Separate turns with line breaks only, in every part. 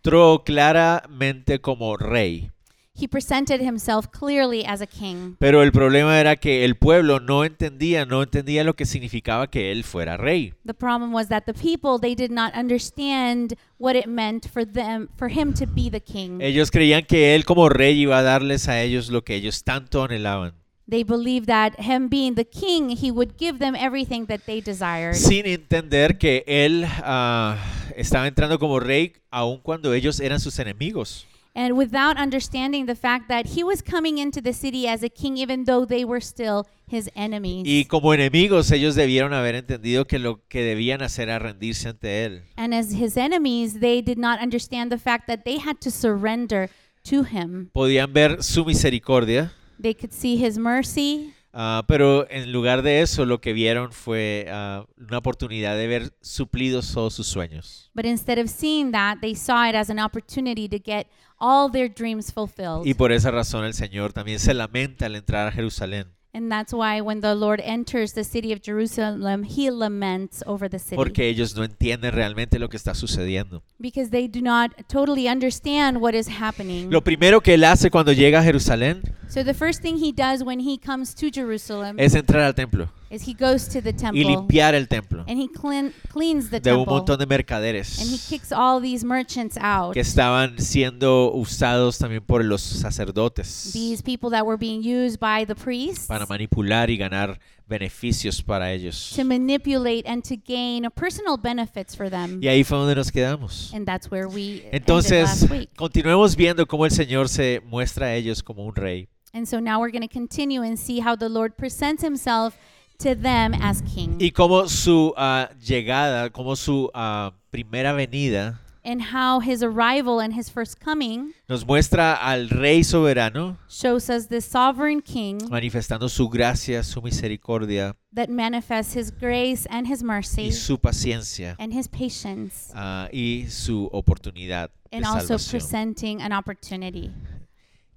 mostró claramente como rey.
He presented himself clearly as a king.
Pero el problema era que el pueblo no entendía, no entendía lo que significaba que él fuera rey.
The problem was that the people they did not understand what it meant for them for him to be the king.
Ellos creían que él como rey iba a darles a ellos lo que ellos tanto anhelaban.
They believed that him being the king, he would give them everything that they desired.
sin entender que él ah, estaba entrando como rey aun cuando ellos eran sus enemigos.
And without understanding the fact that he was coming into the city as a king, even though they were still his enemies.
Y como enemigos ellos debieron haber entendido que lo que debían hacer era rendirse ante él.
and as his enemies, they did not understand the fact that they had to surrender to him.
Podían ver su misericordia,
They could see his mercy,
ah, pero en lugar de eso lo que vieron fue ah, una oportunidad de ver suplidos todos sus sueños.
but instead of seeing that, they saw it as an opportunity to get all their dreams fulfilled.
Y por esa razón el Señor también se lamenta al entrar a Jerusalén,
and that's why when the Lord enters the city of Jerusalem, he laments over the city.
porque ellos no entienden realmente lo que está sucediendo.
because they do not totally understand what is happening.
Lo primero que él hace cuando llega a Jerusalén
So the first thing he does when he comes to Jerusalem
es entrar al templo
is he goes to the
y
Mm. temple
limpiar el templo
and he clean, cleans the
de un
temple
montón de
and he
mercaderes
kicks all these merchants out.
que estaban siendo usados también por los sacerdotes
These people that were being used by the priests
para manipular y ganar beneficios para ellos.
to manipulate and to gain personal benefits for them.
Y ahí fue donde nos quedamos.
And that's where we ended
Entonces,
last week.
continuemos viendo cómo el Señor se muestra a ellos como un rey.
And so now we're going to continue and see how the Lord presents himself to them as king
Y cómo su ah, llegada, cómo su ah, primera venida
and how his arrival and his first coming
nos muestra al rey soberano
shows us this sovereign king
manifestando su gracia, su misericordia
that manifests his grace and his mercy
y su paciencia
and his patience
ah, y su oportunidad de
and also
salvación
presenting an opportunity.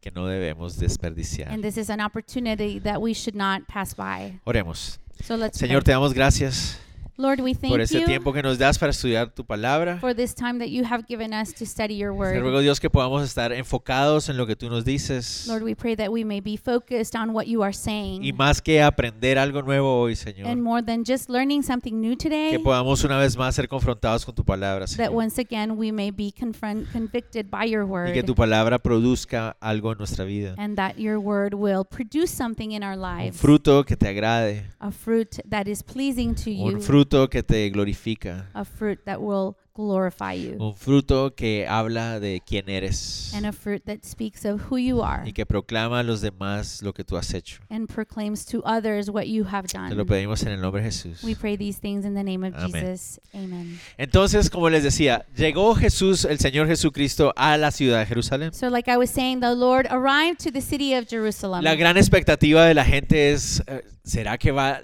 que no debemos desperdiciar.
And this is an opportunity that we should not pass by.
Oremos.
So let's
Señor, te
pray.
damos gracias
Lord, we thank
por este
you
tiempo que nos das para estudiar tu palabra.
for this time that you have given us to study your
Te
word.
ruego Dios que podamos estar enfocados en lo que tú nos dices
Lord, we pray that we may be focused on what you are
y
saying.
más que aprender algo nuevo hoy,
And
Señor,
more than just learning something new
que
today,
podamos una vez más ser confrontados con tu palabra,
that
Señor,
once again we may be confront, convicted by your
y que
word
tu palabra produzca algo en nuestra vida,
and that your word will produce something in our
un
lives,
fruto que te agrade,
a fruit that is pleasing to
un
you.
fruto que te glorifica,
a fruit that will glorify you
un fruto que habla de quién eres
and a fruit that speaks of who you are
y que proclama a los demás lo que tú has hecho.
and proclaims to others what you have
Te lo
done.
pedimos en el nombre de Jesús.
We pray these things in the name of
Amén.
Jesus. Amen.
Entonces, como les decía, llegó Jesús, el Señor Jesucristo, a la ciudad de Jerusalén.
So, like I was saying, the Lord arrived to the city of Jerusalem.
La gran expectativa de la gente es, eh, ¿será que va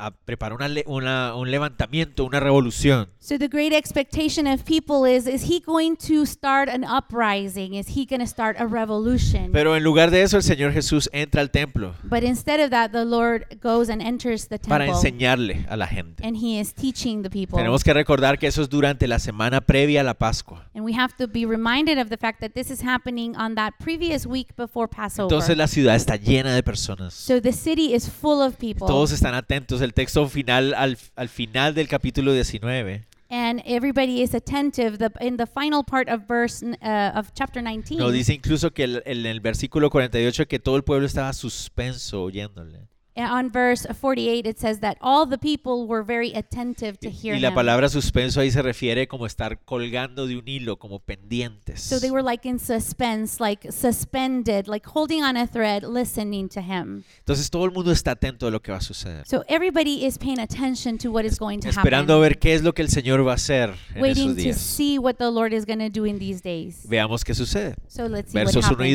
a preparar una le- una- un levantamiento, una revolución?
So, the great expectation of people is is he going to start an uprising? Is he going to start a revolution?
Pero en lugar de eso, el Señor Jesús entra al templo
But instead of that, the Lord goes and enters the
para
temple
enseñarle a la gente.
and he is teaching the people.
Tenemos que recordar que eso es durante la semana previa a la Pascua.
And we have to be reminded of the fact that this is happening on that previous week before Passover.
Entonces la ciudad está llena de personas.
so the city is full of people.
Todos están atentos. El texto final, al, al final del capítulo 19,
and everybody is attentive. The, in the final part of verse n- uh, of chapter 19,
nos dice incluso que el- en el versículo 48 que todo el pueblo estaba suspenso oyéndole.
uh, on verse 48, it says that all the people were very attentive to hear
Y la
him.
palabra suspenso ahí se refiere como estar colgando de un hilo, como pendientes.
so they were like in suspense, like suspended, like holding on a thread, listening to him.
Entonces todo el mundo está atento a lo que va a suceder,
So everybody is paying attention to what is going to
esperando a
happen,
ver qué es lo que el Señor va a hacer en
waiting
esos
to
días.
see what the Lord is going to do in these days.
Veamos qué sucede.
So let's see
Versos
what
1 y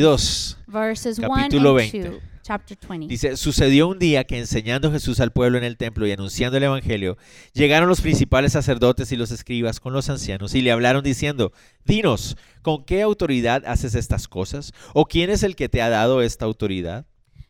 2.
happens. Verses 1
Capítulo
and
20.
2, chapter 20.
Dice, sucedió un día que enseñando Jesús al pueblo en el templo y anunciando el Evangelio, llegaron los principales sacerdotes y los escribas con los ancianos y le hablaron diciendo, dinos, ¿con qué autoridad haces estas cosas? ¿O quién es el que te ha dado esta autoridad?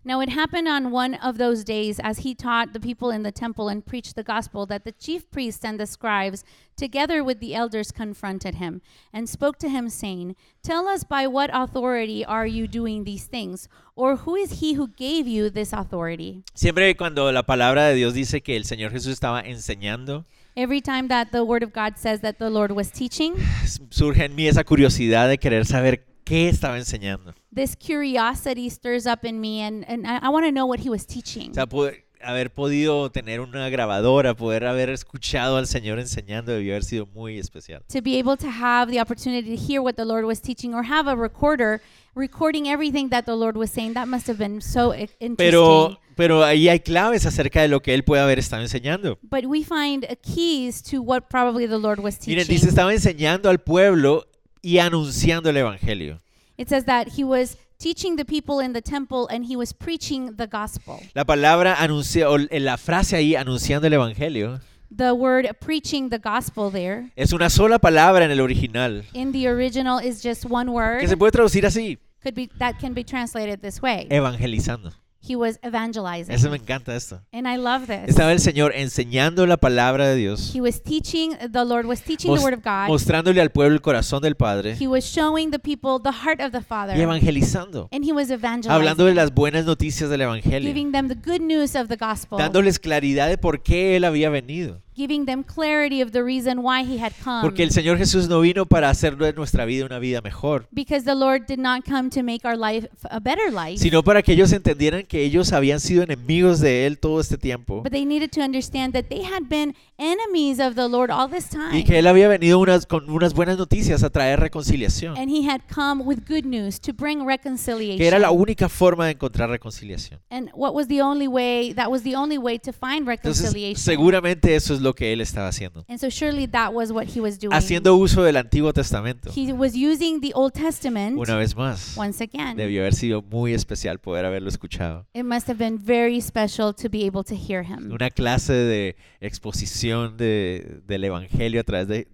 Now it happened on one of those days as he taught the people in the temple and preached the gospel that the chief priests and the scribes together with the elders confronted him and spoke to him saying, "Tell us by what authority are you doing these things or who is he who gave you this authority?"
Siempre cuando la palabra de Dios dice que el Señor Jesús estaba enseñando,
Every time that the word of God says that the Lord was teaching,
s- surge en mí esa curiosidad de querer saber qué estaba enseñando.
this curiosity stirs up in me and, and I, I want to know what he was teaching.
O sea, poder- haber podido tener una grabadora, poder haber escuchado al Señor enseñando, debió haber sido muy especial.
to be able to have the opportunity to hear what the Lord was teaching or have a recorder recording everything that the Lord was saying. That must have been so i- interesting.
Pero, pero ahí hay claves acerca de lo que él puede haber estado enseñando.
but we find uh, keys to what probably the Lord was
Miren, dice,
teaching.
estaba enseñando al pueblo y anunciando el Evangelio.
It says that he was teaching the people in the temple and he was preaching the gospel.
La palabra anuncia, o la frase ahí, anunciando el Evangelio,
The word preaching the gospel there
es una sola palabra en el original,
in the original is just one
que se
word
puede traducir así,
could be that can be translated this way.
evangelizando.
He was evangelizing.
Eh, Eso me encanta esto.
And I love this.
Estaba el Señor enseñando la palabra de Dios,
He was teaching the Lord was teaching the
mos-
word of God.
mostrándole al pueblo el corazón del Padre
He was showing the people the heart of the
y
Father.
evangelizando,
And he was
hablando de
evangelizing,
las buenas noticias del Evangelio,
giving them the good news of the gospel,
dándoles claridad de por qué Él había venido.
giving them clarity of the reason why he had come.
Porque el Señor Jesús no vino para hacer de nuestra vida una vida mejor,
Because the Lord did not come to make our life a better life,
sino para que ellos entendieran que ellos habían sido enemigos de Él todo este tiempo
but they needed to understand that they had been enemies of the Lord all this
y
time.
que Él había venido unas, con unas buenas noticias a traer reconciliación,
And he had come with good news to bring
que era la
reconciliation.
única forma de encontrar reconciliación.
And what was the only way? That was the only way to find
Entonces,
reconciliation.
seguramente eso es lo que Él estaba haciendo,
And so surely that was what he was doing.
haciendo uso del Antiguo Testamento.
He was using the Old Testament
Una vez más,
once again.
debió haber sido muy especial poder haberlo escuchado.
It must have been very special to be able to hear him.
Una clase de exposición de- del Evangelio a través de-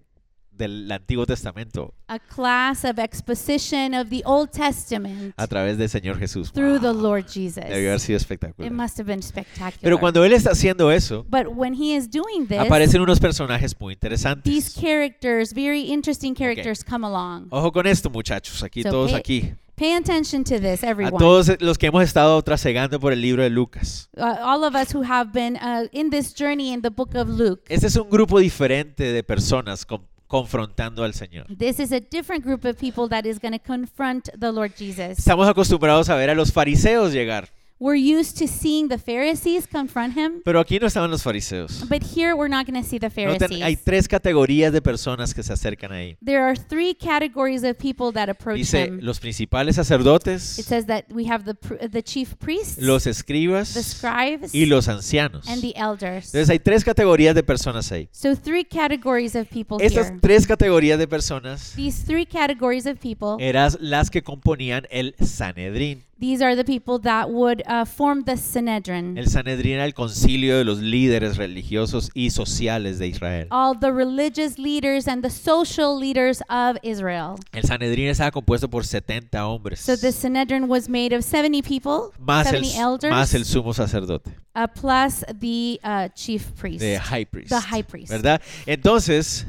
del Antiguo Testamento
A class of exposition of the Old Testament
a través del Señor Jesús.
through
Wow.
the Lord
Debió haber
Jesus.
sido
It
espectacular.
must have been spectacular.
Pero cuando él está haciendo eso,
but when he is doing this,
aparecen unos personajes muy
these
interesantes.
characters, very interesting characters, come along.
Ojo con esto, muchachos, aquí
So
todos
pay-
aquí.
Pay attention to this,
A
everyone.
todos los que hemos estado trasegando por el libro de Lucas.
Uh, all of us who have been uh, in this journey in the book of Luke.
Este es un grupo diferente de personas con- confrontando al Señor.
This is a different group of people that is going to confront the Lord Jesus.
Estamos acostumbrados a ver a los fariseos llegar,
We're used to seeing the Pharisees confront him.
pero aquí no estaban los fariseos.
But here we're not going to see the
Noten, hay
Pharisees.
tres categorías de personas que se acercan ahí.
There are three categories of people that approach
Dice
him.
los principales
It
sacerdotes,
says that we have the pr- the chief priests,
los
the
escribas
scribes,
y los ancianos.
and the elders.
Entonces hay tres categorías de personas ahí.
So three categories of people
Estas
here.
tres categorías de personas
These three categories of people,
eran las que componían el Sanedrín.
these are the people that would uh, form the Sanhedrin,
El Sanedrín era el concilio de los líderes religiosos y sociales de Israel.
all the religious leaders and the social leaders of Israel.
El Sanedrín estaba compuesto por 70 hombres,
So the Sanhedrin was made of 70 people,
más el,
70 elders,
más el sumo sacerdote,
uh, plus the uh, chief priest.
de high priest,
The high priest. Oh.
¿verdad? Entonces,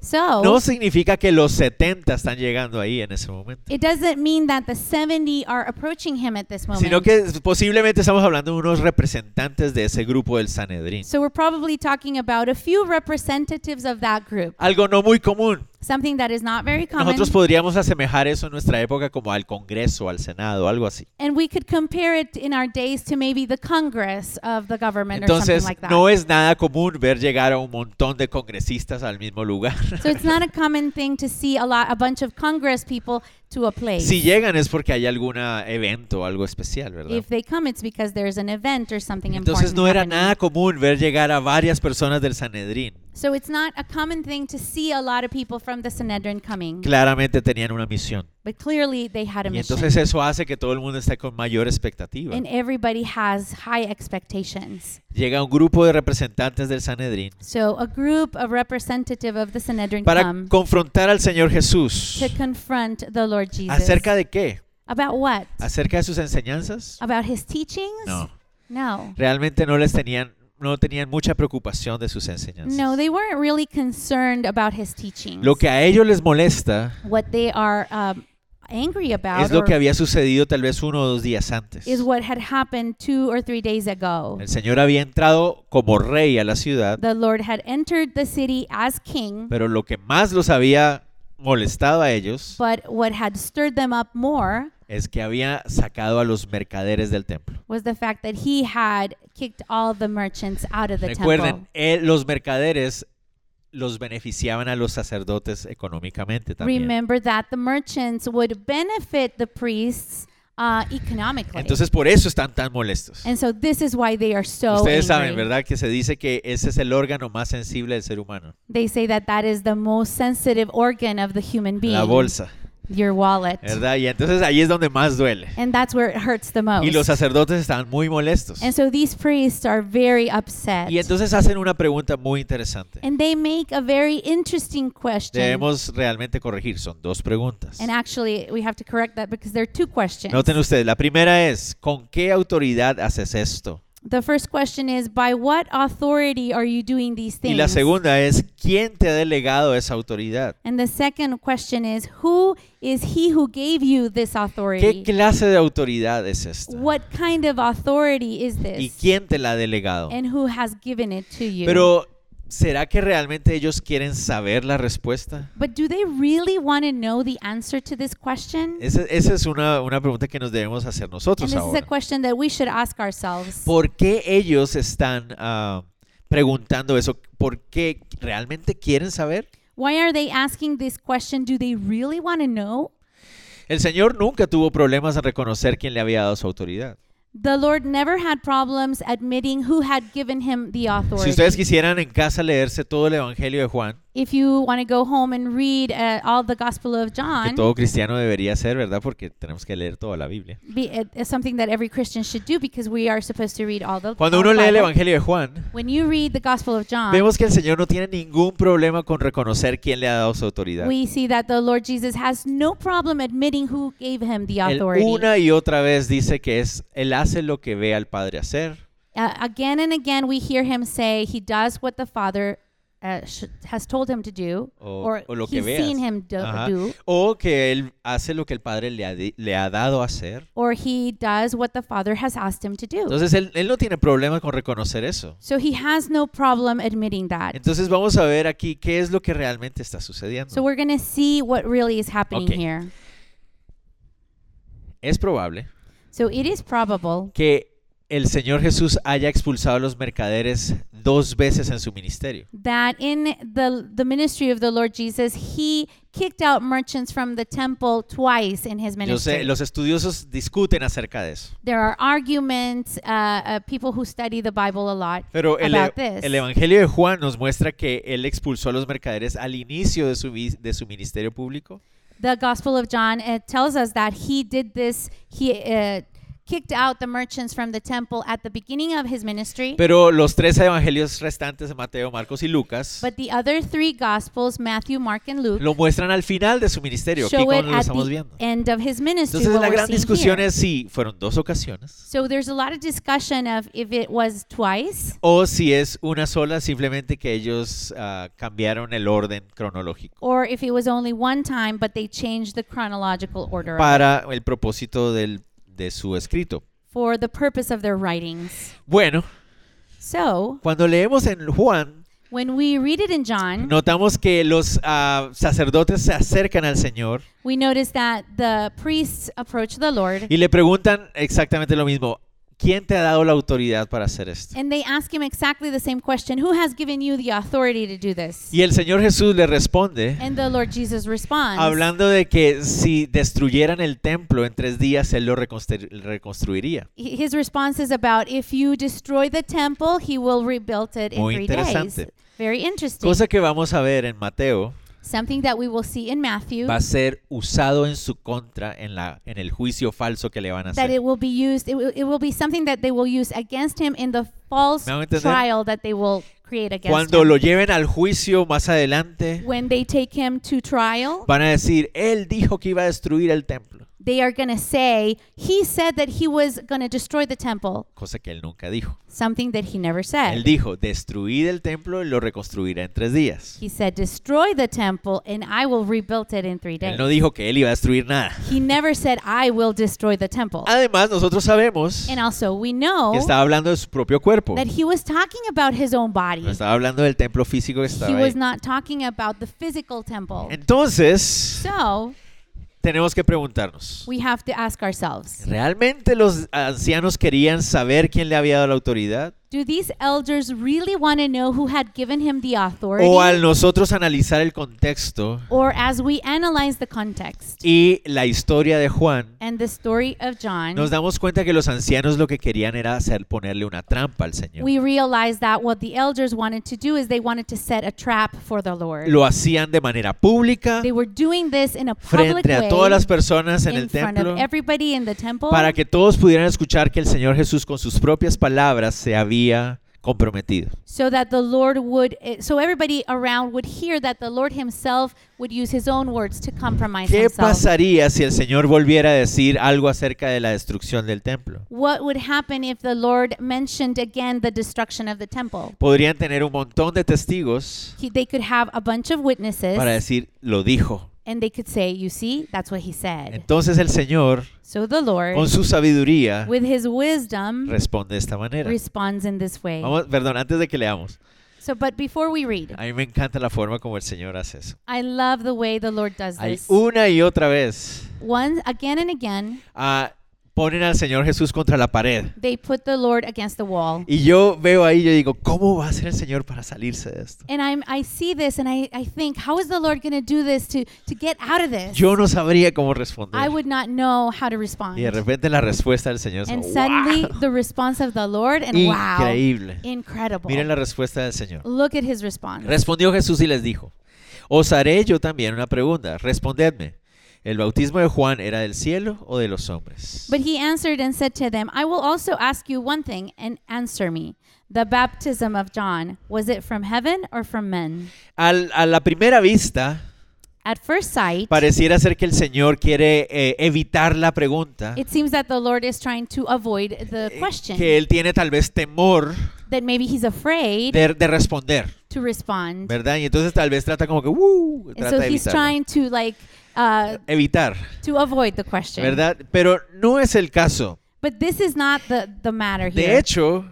So
no significa que los 70 están llegando ahí en ese momento,
It doesn't mean that the 70 are approaching him at this moment.
sino que posiblemente estamos hablando de unos representantes de ese grupo del Sanedrín.
so we're probably talking about a few representatives of that group,
Algo no muy común,
something that is not very common.
Nosotros podríamos asemejar eso en nuestra época como al Congreso, al Senado, algo así.
and we could compare it in our days to maybe the Congress of the government or something
Entonces,
like that.
no es nada común ver llegar a un montón de congresistas al mismo lugar.
so it's not a common thing to see a lot a bunch of Congress people to a place.
Si llegan es porque hay algún evento, algo especial, ¿verdad?
if they come, it's because there's an event or something
Entonces
important.
no era
happening.
nada común ver llegar a varias personas del Sanedrín.
so it's not a common thing to see a lot of people from the Sanhedrin coming,
Claramente tenían una misión.
but clearly they had a
Y
mission.
entonces eso hace que todo el mundo esté con mayor expectativa.
And everybody has high expectations.
Llega un grupo de representantes del Sanedrín
So a group of representative of the Sanhedrin
para
come
confrontar al Señor Jesús.
to confront the Lord Jesus
¿Acerca de qué?
About what?
acerca de sus enseñanzas.
About his teachings?
No,
No.
realmente no les tenían no tenían mucha preocupación de sus enseñanzas.
No, they weren't really concerned about his teachings.
Lo que a ellos les molesta
what they are um, angry about
es lo
or
que había sucedido tal vez uno o dos días antes.
is what had happened two or three days ago.
El Señor había entrado como rey a la ciudad,
The Lord had entered the city as king,
pero lo que más los había molestado a ellos
but what had stirred them up more
es que había sacado a los mercaderes del templo.
was the fact that he had kicked all the merchants out of the temple.
Recuerden, eh, los mercaderes los beneficiaban a los sacerdotes económicamente también.
Remember that the merchants would benefit the priests uh, economically.
Entonces por eso están tan molestos.
and so this is why they are so
Ustedes saben,
angry.
¿verdad? Que se dice que ese es el órgano más sensible del ser humano.
They say that that is the most sensitive organ of the human being.
La bolsa,
Your wallet.
¿verdad? Y entonces ahí es donde más duele.
And that's where it hurts the most.
Y los sacerdotes están muy molestos.
and so these priests are very upset.
Y entonces hacen una pregunta muy interesante.
and they make a very interesting question.
Debemos realmente corregir. Son dos preguntas.
and actually, we have to correct that because there are two questions.
Noten ustedes, la primera es, ¿con qué autoridad haces esto?
the first question is By what authority are you doing these
Y
things?
la segunda es, ¿quién te ha delegado esa autoridad?
and the second question is Who is he who gave you this
¿Qué
authority?
clase de autoridad es esta?
what kind of authority is this?
¿Y quién te la ha delegado?
and who has given it to you?
Pero, ¿será que realmente ellos quieren saber la respuesta?
But do they really want to know the answer to this question?
Esa, esa es una, una pregunta que nos debemos hacer
And
nosotros
this is a
ahora.
question that we should ask ourselves.
¿Por qué ellos están ah, preguntando eso? ¿Por qué realmente quieren saber?
Why are they asking this question? Do they really want to know?
El Señor nunca tuvo problemas en reconocer quién le había dado su autoridad.
The Lord never had problems admitting who had given him
Si
the
ustedes
authority.
quisieran en casa leerse todo el Evangelio de Juan,
If you want to go home and read uh, all the Gospel of
que
John,
todo cristiano debería hacer, ¿verdad? Porque tenemos que leer toda la Biblia.
be, it- it's something that every Christian should do because we are supposed to read all the
Cuando
all
uno lee el
Bible.
Evangelio de Juan,
When you read the Gospel of John,
vemos que el Señor no tiene ningún problema con reconocer quién le ha dado su autoridad.
we see that the Lord Jesus has no problem admitting who gave him the
Él
authority.
una y otra vez dice que es él hace lo que ve al Padre hacer.
Uh, again and again, we hear him say he does what the Father uh, sh- has told him to do,
O-
or
o lo que
he's
veas.
seen him do,
Ajá.
do,
O que él hace lo que el Padre le ha, di- le ha dado a hacer.
or he does what the Father has asked him to do.
Entonces él, él no tiene problema con reconocer eso.
so he has no problem admitting that.
Entonces vamos a ver aquí qué es lo que realmente está sucediendo.
so we're going to see what really is happening
Okay.
here.
es probable
So it is probable
que el Señor Jesús haya expulsado a los mercaderes dos veces en su ministerio.
that in the the ministry of the Lord Jesus, he kicked out merchants from the temple twice in his
Yo
ministry.
sé, los estudiosos discuten acerca de eso.
there are arguments, uh, uh, people who study the Bible a lot
Pero el,
about
ev-
this.
el Evangelio de Juan nos muestra que él expulsó a los mercaderes al inicio de su, vi- de su ministerio público.
The Gospel of John uh, tells us that he did this. He uh, kicked out the merchants from the temple at the beginning of his ministry.
Pero los tres evangelios restantes, Mateo, Marcos y Lucas,
But the other three Gospels, Matthew, Mark, and Luke,
lo muestran al final de su ministerio, aquí
show
como
it
lo
at
estamos
the
viendo.
end of his ministry.
Entonces
what
la
we're
gran
seeing
discusión
here.
es si fueron dos ocasiones
So there's a lot of discussion of if it was twice
o si es una sola, simplemente que ellos ah, cambiaron el orden cronológico
or if it was only one time, but they changed the chronological order of it
para el propósito del- de su escrito.
for the purpose of their writings.
Bueno,
So
cuando leemos en Juan,
when we read it in John,
notamos que los ah, sacerdotes se acercan al Señor
we notice that the priests approach the Lord.
y le preguntan exactamente lo mismo. ¿Quién te ha dado la autoridad para hacer esto?
And they ask him exactly the same question Who has given you the authority to do this?
Y el Señor Jesús le responde
And the Lord Jesus responds
hablando de que si destruyeran el templo en tres días, Él lo reconstru- reconstruiría.
H- His response is about if you destroy the temple, he will rebuild it in
Muy
three days.
interesante.
Very interesting.
Cosa que vamos a ver en Mateo
Something that we will see in Matthew
va a ser usado en su contra en, la, en el juicio falso que le van a
that
hacer.
it will be used, it will, it will be something that they will use against him in the false
¿Me hago entender?
trial that they will create against
Cuando
him.
lo lleven al juicio más adelante,
When they take him to trial,
van a decir, Él dijo que iba a destruir el templo.
they are going to say, He said that he was going to destroy the temple,
cosa que él nunca dijo.
something that he never
Él
said.
dijo, destruid el templo y lo reconstruirá en tres días.
He said, Destroy the temple and I will rebuild it in three
Él
days.
no dijo que él iba a destruir nada.
He never said, I will destroy the temple.
Además, nosotros sabemos
And
Ah. que
also, we know
estaba hablando de su propio cuerpo.
that he was talking about his own body.
No estaba hablando del templo físico que
He
estaba ahí.
was not talking about the physical temple.
Entonces,
So
tenemos que preguntarnos,
we have to ask ourselves
¿realmente los ancianos querían saber quién le había dado la autoridad?
do these elders really want to know who had given him the authority?
O al nosotros analizar el contexto
or as we analyze the context
y la historia de Juan,
and the story of John,
nos damos cuenta que los ancianos lo que querían era hacer ponerle una trampa al Señor.
we realize that what the elders wanted to do is they wanted to set a trap for the Lord.
Lo hacían de manera pública,
They were doing this in a public
frente a
way
todas las personas en el
in front
templo.
of everybody in the temple
para que todos pudieran escuchar que el Señor Jesús con sus propias palabras se había comprometido.
so that the Lord would eh, so everybody around would hear that the Lord himself would use his own words to compromise
¿Qué
himself.
pasaría si el Señor volviera a decir algo acerca de la destrucción del templo?
What would happen if the Lord mentioned again the destruction of the temple?
Podrían tener un montón de testigos
He, they could have a bunch of witnesses
para decir, lo dijo.
and they could say, You see, that's what he said.
Entonces el Señor,
So the Lord,
con su sabiduría,
with his wisdom,
responde de esta manera.
responds in this way.
Vamos, perdón, antes de que leamos.
So, but before we read,
A mí me encanta la forma como el Señor hace eso.
I love the way the Lord does
Hay
this.
una y otra vez
One, again and again,
ah, ponen al Señor Jesús contra la pared.
they put the Lord against the wall.
Y yo veo ahí, yo digo, ¿cómo va a hacer el Señor para salirse de esto?
And I'm, I see this and I, I think, how is the Lord going to do this to, to get out of this?
Yo no sabría cómo
I
responder.
would not know how to respond.
Y de repente la respuesta del Señor es
And
¡wow!
suddenly, the response of the Lord, and wow,
increíble.
incredible.
Miren la respuesta del Señor.
Look at his response.
Respondió Jesús y les dijo, os haré yo también una pregunta, respondedme, ¿el bautismo de Juan era del cielo o de los hombres?
But he answered and said to them, I will also ask you one thing, and answer me. The baptism of John, was it from heaven or from men?
Al- a la primera vista,
At first sight,
pareciera ser que el Señor quiere eh, evitar la pregunta,
it seems that the Lord is trying to avoid the
eh,
question,
que él tiene tal vez temor
that maybe he's afraid
de- de responder.
to respond.
¿Verdad? Y entonces tal vez trata como que, "Uh",
And
trata
so
de
he's
evitarlo.
trying to, like, uh,
evitar,
to avoid the question.
¿verdad? Pero no es el caso.
But this is not the, the matter
De
here.
hecho,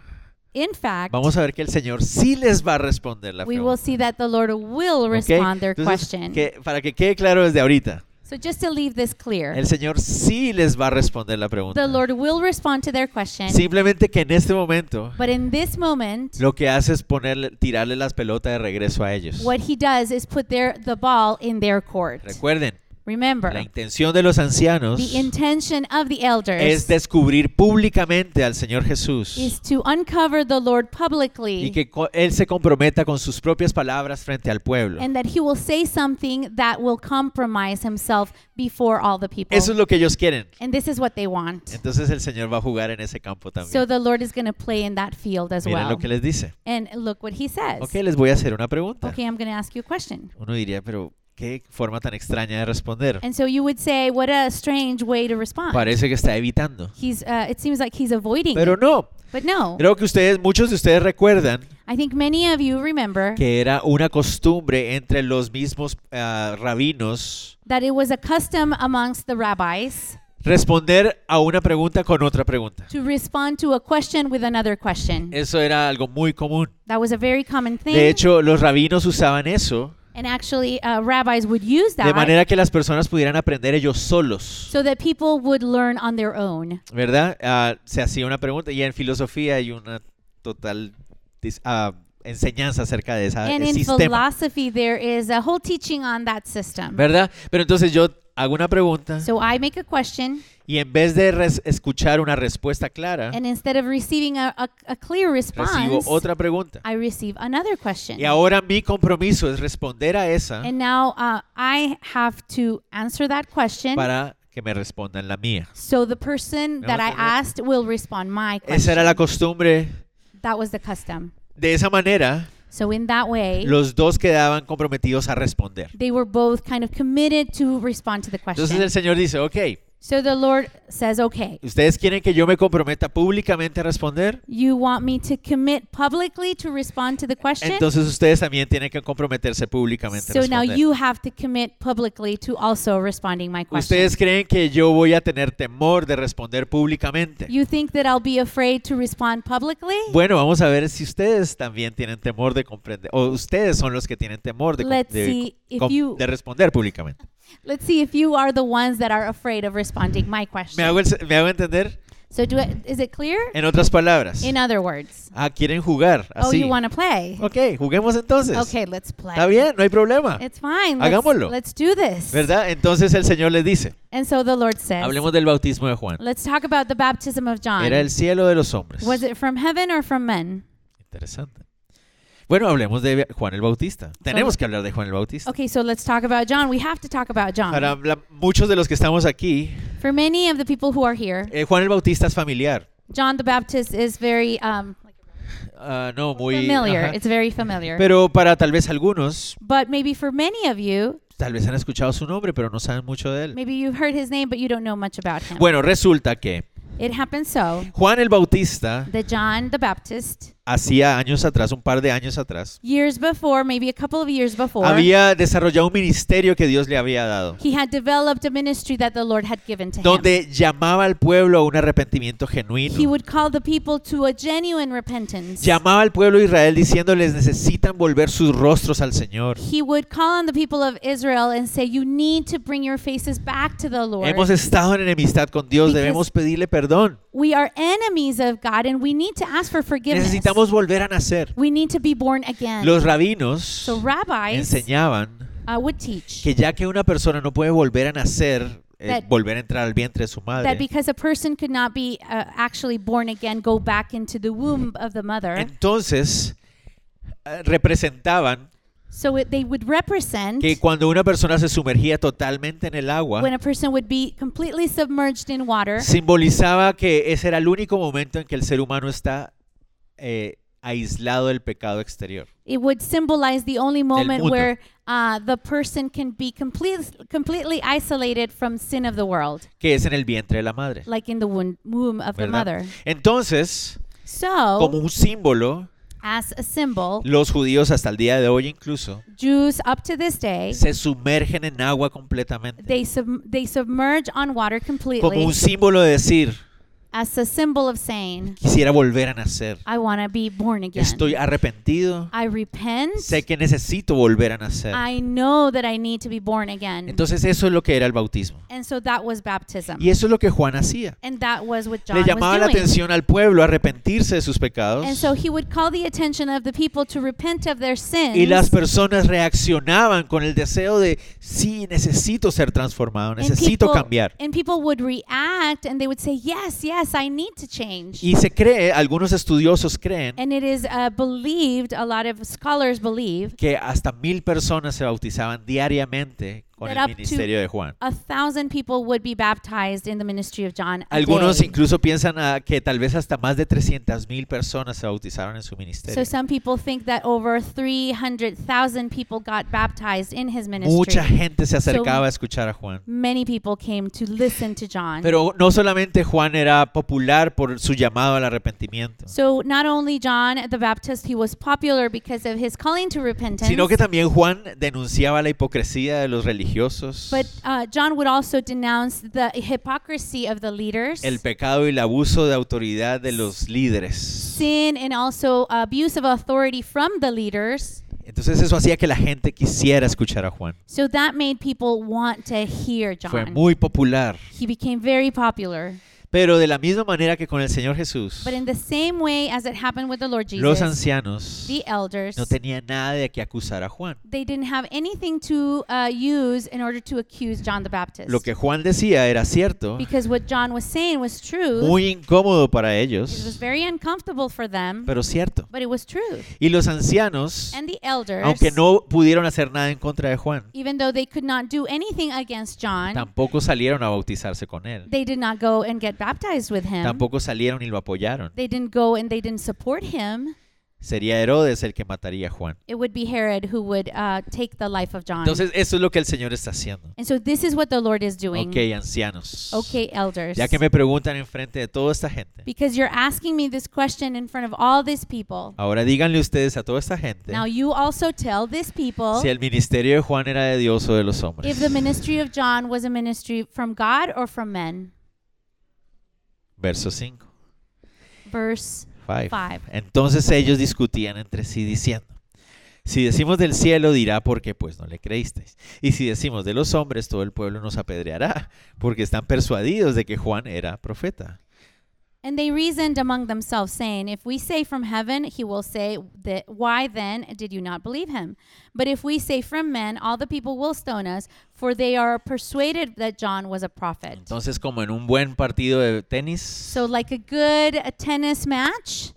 In fact,
vamos a ver que el Señor sí les va a responder la
we will
pregunta.
see that the Lord will
¿ok?
respond their
Entonces,
question.
que- para que quede claro desde ahorita,
So just to leave this clear,
el Señor sí les va a responder la
the
pregunta.
Lord will respond to their question.
Simplemente que en este momento
But in this moment,
lo que hace es ponerle, tirarle las pelotas de regreso a ellos.
what he does is put their the ball in their court.
Recuerden, la
Remember,
intención de los ancianos
the intention of the
es
elders
descubrir públicamente al Señor Jesús.
is to uncover the Lord
y
publicly
que co- él se comprometa con sus propias palabras frente al pueblo.
and that he will say something that will compromise himself before all the people.
Eso es lo que ellos quieren.
And this is what they want.
Entonces el Señor va a jugar en ese campo
So
también.
the Lord is going to play in that field as
Miren
well.
lo que les dice.
And look what he says.
Ok, les voy a hacer una pregunta.
Okay, I'm going to ask you a question.
Uno diría, pero qué forma tan extraña de responder.
And so you would say, what a strange way to respond.
Parece que está evitando.
He's uh, it seems like he's avoiding
Pero
it.
no.
But no.
Creo que ustedes, muchos de ustedes recuerdan
I think many of you remember
que era una costumbre entre los mismos ah, rabinos
that it was a custom amongst the rabbis
responder a una pregunta con otra pregunta.
to respond to a question with another question.
Eso era algo muy común.
That was a very common thing.
Eh, De hecho, los rabinos usaban eso
and actually, uh, rabbis would use
De
that
manera que las personas pudieran aprender ellos solos,
so that people would learn on their own.
¿verdad? Ah, se hacía una pregunta y en filosofía hay una total dis- ah, enseñanza acerca de esa,
and
ese
in
Ah, sistema,
philosophy, there is a whole teaching on that system.
¿verdad? Pero entonces yo hago una pregunta
So I make a question,
y en vez de res- escuchar una respuesta clara,
and instead of receiving a, a, a clear
recibo
response,
otra pregunta.
I receive another question.
Y ahora mi compromiso es responder a esa
And now uh, I have to answer that question.
para que me respondan la mía.
So the person
Me
that I
voy a tener-
asked will respond my
Esa
question.
era la costumbre.
That was the custom.
De esa manera,
So in that way,
los dos quedaban comprometidos a responder.
they were both kind of committed to respond to the
Entonces
question.
el Señor dice, ok,
So the Lord says, Okay,
¿Ustedes quieren que yo me comprometa públicamente a responder?
you want me to commit publicly to respond to the question?
Entonces ustedes también tienen que comprometerse públicamente a
So now
responder.
you have to commit publicly to also responding my question.
¿Ustedes creen que yo voy a tener temor de responder públicamente?
You think that I'll be afraid to respond publicly?
Bueno, vamos a ver si ustedes también tienen temor de comprender, o ustedes son los que tienen temor de, com-
Let's
de-
see if
com-
you-
de responder públicamente.
Let's see if you are the ones that are afraid of responding my
¿Me
question.
hago, el se- ¿Me hago entender?
So do it, is it clear?
En otras palabras.
In other words,
Ah, quieren jugar.
oh,
Así.
you want to play?
Ok, juguemos entonces.
Okay, let's
Está
play.
bien, no hay problema.
It's fine. Let's,
Hagámoslo.
let's do this.
¿Verdad? Entonces el Señor les dice,
And so the Lord says,
hablemos del bautismo de Juan.
let's talk about the baptism of John.
Era el cielo de los hombres.
Was it from heaven or from men?
Interesante. Bueno, hablemos de Juan el Bautista. Tenemos que hablar de Juan el Bautista.
Okay, so let's talk about John. We have to talk about
Para
John.
la- muchos de los que estamos aquí,
For many of the people who are here,
eh, Juan el Bautista es familiar.
John the Baptist is very um,
Ah, no, muy...
familiar.
ajá.
It's very familiar.
Pero para tal vez algunos,
but maybe for many of you,
tal vez han escuchado su nombre, pero no saben mucho de él.
maybe you've heard his name, but you don't know much about him.
Bueno, resulta que
it happened so
Juan el Bautista,
that John the Baptist,
hacía años atrás, un par de años atrás,
years before, maybe a couple of years before,
había desarrollado un ministerio que Dios le había dado,
he had developed a ministry that the Lord had given to him.
donde llamaba al pueblo a un arrepentimiento
He
genuino.
would call the people to a genuine repentance.
Llamaba al pueblo de Israel diciéndoles necesitan volver sus rostros al Señor.
he would call on the people of Israel and say, You need to bring your faces back to the Lord.
Hemos estado en enemistad con Dios,
Because-
debemos pedirle perdón.
we are enemies of God and we need to ask for forgiveness.
Necesitamos volver a nacer.
we need to be born again.
Los rabinos
so rabbis
enseñaban
uh, would teach
que ya que una persona no puede volver a nacer, eh,
That-
volver a entrar al vientre de su
that
madre,
because a person could not be uh, actually born again, go back into the womb of the mother.
entonces eh, representaban
So it, they would represent
que cuando una persona se sumergía totalmente en el agua,
when a person would be completely submerged in water.
simbolizaba que ese era el único momento en que el ser humano está eh, aislado del pecado exterior.
It would symbolize the only moment
mundo.
where uh, the person can be complete, completely isolated from sin of the world,
que es en el vientre de la madre.
like in the womb, womb of the
¿verdad?
mother. Oh.
Entonces, como
So,
un símbolo,
as a symbol,
los judíos hasta el día de hoy incluso
Jews up to this day,
se sumergen en agua completamente.
they, sub- they submerge on water
Como
completely
un símbolo de decir,
as a symbol of saying,
quisiera volver a nacer.
I want to be born again.
Estoy arrepentido.
I repent.
Sé que necesito volver a nacer.
I know that I need to be born again.
Entonces eso es lo que era el bautismo.
and so that was baptism.
Y eso es lo que Juan hacía.
and that was what John
Le llamaba la
was doing.
atención al pueblo a arrepentirse de sus pecados.
And so he would call the attention of the people to repent of their sins.
Y las personas reaccionaban con el deseo de, sí, necesito ser transformado,
and
necesito
people,
cambiar.
and people would react and they would say, Yes, yes, I need to change.
Y se cree, algunos estudiosos creen,
and it is uh, believed, a lot of scholars believe,
que hasta mil personas se bautizaban diariamente con
That
el
up to-
ministerio de Juan.
a thousand people would be baptized in the ministry of John. a
Algunos
day.
incluso piensan ah, que tal vez hasta más de 300 mil personas se bautizaron en su
So
ministerio.
some people think that over 300,000 people got baptized in his ministry.
Mucha gente se
So-
acercaba a escuchar a Juan.
Many people came to listen to John.
Pero no solamente Juan era popular por su llamado al arrepentimiento,
so not only John the Baptist, he was popular because of his calling to repentance.
sino que también Juan denunciaba la hipocresía de los religiosos,
But uh, John would also denounce the hypocrisy of the leaders,
el pecado y el abuso de autoridad de los líderes.
sin, and also abuse of authority from the leaders.
Entonces eso hacía que la gente quisiera escuchar a Juan.
So that made people want to hear
Fue
John.
muy popular.
He became very popular.
Pero de la misma manera que con el Señor Jesús,
But in the same way as it happened with the Lord
los
Jesus,
ancianos
the elders,
no tenían nada de que acusar a Juan.
they didn't have anything to uh, use in order to accuse John the Baptist.
Lo que Juan decía era cierto,
because what John was saying was true.
muy incómodo para
it was
ellos,
very uncomfortable for them,
pero cierto.
but it was true.
Y los ancianos,
And the elders,
aunque no pudieron hacer nada en contra de Juan,
even though they could not do anything against John,
tampoco salieron a bautizarse con él.
they did not go and get baptized with him.
Tampoco salieron y lo apoyaron.
They didn't go and they didn't support him.
Sería Herodes el que mataría a Juan.
It would be Herod who would uh, take the life of John.
Entonces, eso es lo que el Señor está haciendo.
and so this is what the Lord is doing.
Ok, ancianos.
Okay, elders.
Ya que me preguntan enfrente de toda esta gente,
because you're asking me this question in front of all these people.
ahora díganle ustedes a toda esta gente
Now you also tell these people
si el ministerio de Juan era de Dios o de los hombres.
if the ministry of John was a ministry from God or from men.
Verso 5.
Verse
Five.
Five.
Entonces ellos discutían entre sí diciendo, si decimos del cielo dirá porque pues no le creísteis. Y si decimos de los hombres todo el pueblo nos apedreará porque están persuadidos de que Juan era profeta.
And they reasoned among themselves, saying, If we say from heaven, he will say, that, Why then did you not believe him? But if we say from men, all the people will stone us, for they are persuaded that John was a prophet.
Entonces como en un buen partido de tenis,
So, like a good uh, tennis match,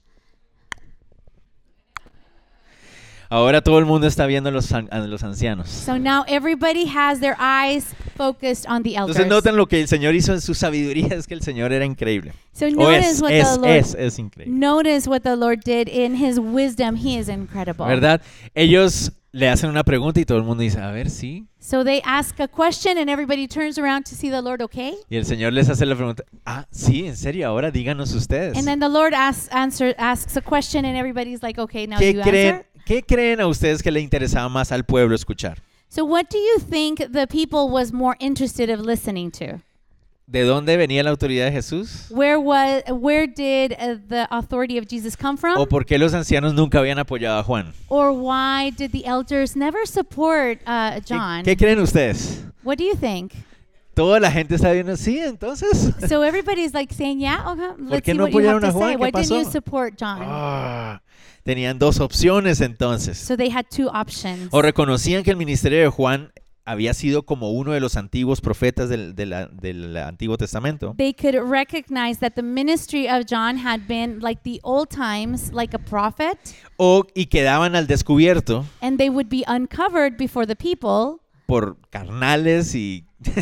ahora todo el mundo está viendo a los, an- a los ancianos.
so now everybody has their eyes focused on the elders.
Entonces noten lo que el Señor hizo en su sabiduría, es que el Señor era increíble.
so,
O
notice
es,
what
es,
the Lord
es, es increíble.
notice what the Lord did in His wisdom. He is incredible.
¿Verdad? Ellos le hacen una pregunta y todo el mundo dice, a ver, sí.
So they ask a question, and everybody turns around to see the Lord. Okay.
Y el Señor les hace la pregunta, ah, sí, en serio, ahora díganos ustedes.
And then the Lord asks answer asks a question, and everybody's like, "Okay, now
¿Qué
you
creen,
answer."
¿Qué creen a ustedes que le interesaba más al pueblo escuchar?
So, what do you think the people was more interested of listening to?
¿De dónde venía la autoridad de Jesús?
Where was where did uh, the authority of Jesus come
¿O
from?
por qué los ancianos nunca habían apoyado a Juan?
Or why did the elders never support uh,
¿Qué,
John?
qué creen ustedes?
What do you think?
Toda la gente está viendo, sí, entonces.
So everybody's like saying, "Yeah, okay, let's
qué
see
no
what you have
apoyaron a
to
Juan?
say."
¿Qué
Why didn't you
pasó?
support John?
Ah, tenían dos opciones entonces.
So they had two options.
O reconocían que el ministerio de Juan había sido como uno de los antiguos profetas del, de la- del Antiguo Testamento.
they could recognize that the ministry of John had been like the old times, like a prophet.
O, y quedaban al descubierto
and they would be uncovered before the people
por carnales y,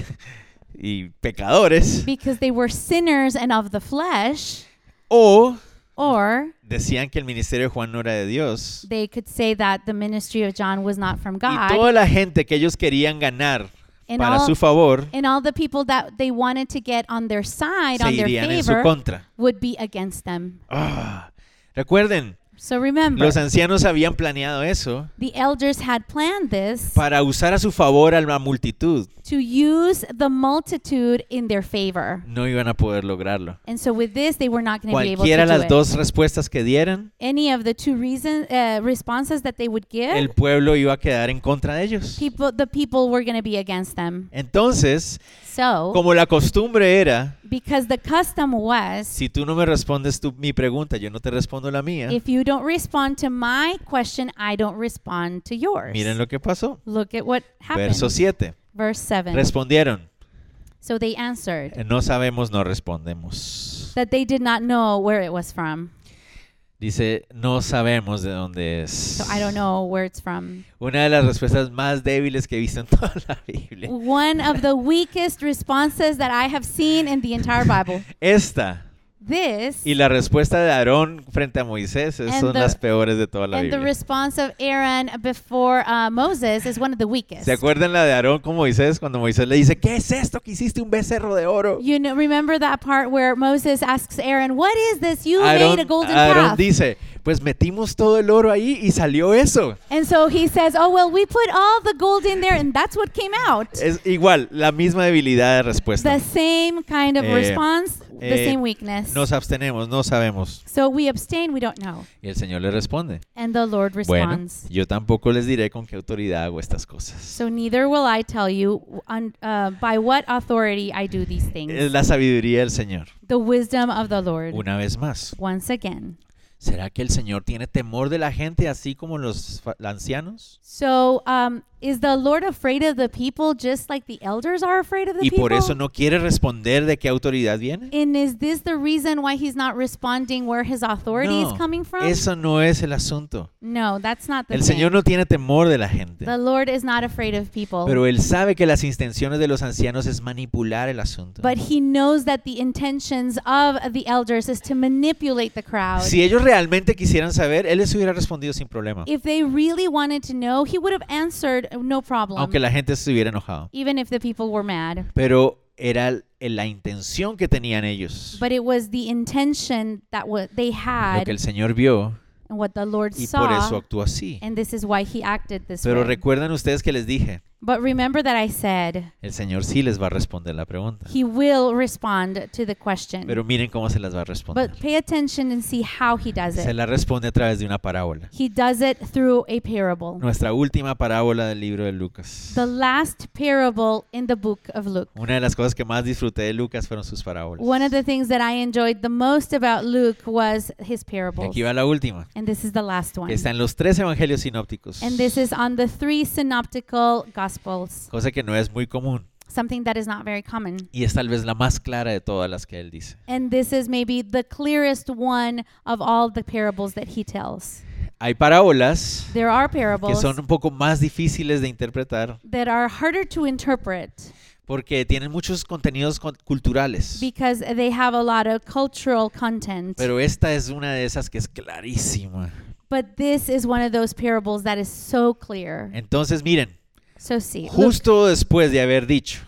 y pecadores.
because they were sinners and of the flesh,
O
or
decían que el ministerio de Juan no era de Dios.
they could say that the ministry of John was not from
Y toda
God.
la gente que ellos querían ganar
And
para
all,
su favor
and all the people that they wanted to get on their side,
se
on their
irían en su
favor,
contra.
would be against them.
Ah, recuerden,
So remember,
los ancianos habían planeado eso
the elders had planned this
para usar a su favor a la multitud.
to use the multitude in their favor.
No iban a poder lograrlo.
And so with this, they were not going to be able to
Cualquiera de
do
las
it.
dos respuestas que dieran,
Any of the two reason, uh, responses that they would give,
el pueblo iba a quedar en contra de ellos.
people the people were going to be against them
Entonces,
so
como la costumbre era,
because the custom was
si tú no me respondes tú mi pregunta, yo no te respondo la mía.
if you don't respond to my question i don't respond to yours
Miren lo que pasó.
look at what happened
Verso 7.
verse 7
Respondieron.
so they answered
No sabemos, no respondemos.
that they did not know where it was from
Dice, no sabemos de dónde es.
so i don't know where it's from
Una de las respuestas más débiles que he visto en toda la Biblia.
one of the weakest responses that i have seen in the entire bible
Esta
this
y la respuesta de Aarón frente a Moisés es-
And
son
the-
las peores de toda la
and the
Biblia.
response of aaron before uh, moses is one of the weakest
¿Se acuerdan la de Aarón con Moisés cuando Moisés le dice, ¿qué es esto que hiciste un becerro de oro?
You know, remember that part where Moses asks Aaron, "What is this? You made a
Aarón,
golden
Aarón
calf."
dice, pues metimos todo el oro ahí y salió eso.
And so he says, "Oh well, we put all the gold in there, and that's what came out."
Es igual, la misma debilidad de respuesta.
The same kind of
Eh,
response, the
eh,
same weakness.
Nos abstenemos, no sabemos.
so we abstain; we don't know.
Y el Señor le responde.
And the Lord
Bueno,
responds.
yo tampoco les diré con qué autoridad hago estas cosas.
So neither will I tell you on, uh, by what authority I do these things.
Es Eh, la sabiduría del Señor.
the wisdom of the Lord.
Una vez más,
Once again.
¿será que el Señor tiene temor de la gente así como los fa- ancianos?
So um, Is the Lord afraid of the people just like the elders are afraid of the
y
people?
por eso no quiere responder de qué autoridad viene.
and is this the reason why he's not responding where his authority is
No,
coming from?
Eso no es el asunto.
no, that's not the
El
thing.
Señor no tiene temor de la gente,
the Lord is not afraid of people.
pero Él sabe que las intenciones de los ancianos es manipular el asunto.
but he knows that the intentions of the elders is to manipulate the crowd.
Si ellos realmente quisieran saber, Él les hubiera respondido sin problema,
if they really wanted to know, he would have answered uh, no problem,
aunque la gente estuviera enojada.
even if the people were mad.
Pero era el- la intención que tenían ellos,
But it was the intention that what they
lo
had
que el Señor vio,
and what the Lord
y
saw,
por eso actuó así.
and this is why he acted this
Pero
way.
recuerdan ustedes que les dije,
But remember that I said
el Señor sí les va a responder la pregunta.
he will respond to the question.
Pero miren cómo se las va a responder.
but pay attention and see how he does
Se
it.
la responde a través de una parábola.
He does it through a parable.
Nuestra última parábola del libro de Lucas.
The last parable in the book of Luke.
Una de las cosas que más disfruté de Lucas fueron sus parábolas.
One of the things that I enjoyed the most about Luke was his
Y
parables.
aquí va la última.
And this is the last one.
que Está en los tres evangelios sinópticos.
And this is on the three synoptical gospels,
Cosa que no es muy común.
something that is not very common.
Y es tal vez la más clara de todas las que él dice.
And this is maybe the clearest one of all the parables that he tells.
Hay parábolas
There are
que
parables
son un poco más difíciles de interpretar
that are harder to interpret
porque tienen muchos contenidos con- culturales.
because they have a lot of cultural content.
Pero esta es una de esas que es clarísima.
But this is one of those parables that is so clear.
Entonces miren,
So see, Luke,
justo después de haber dicho,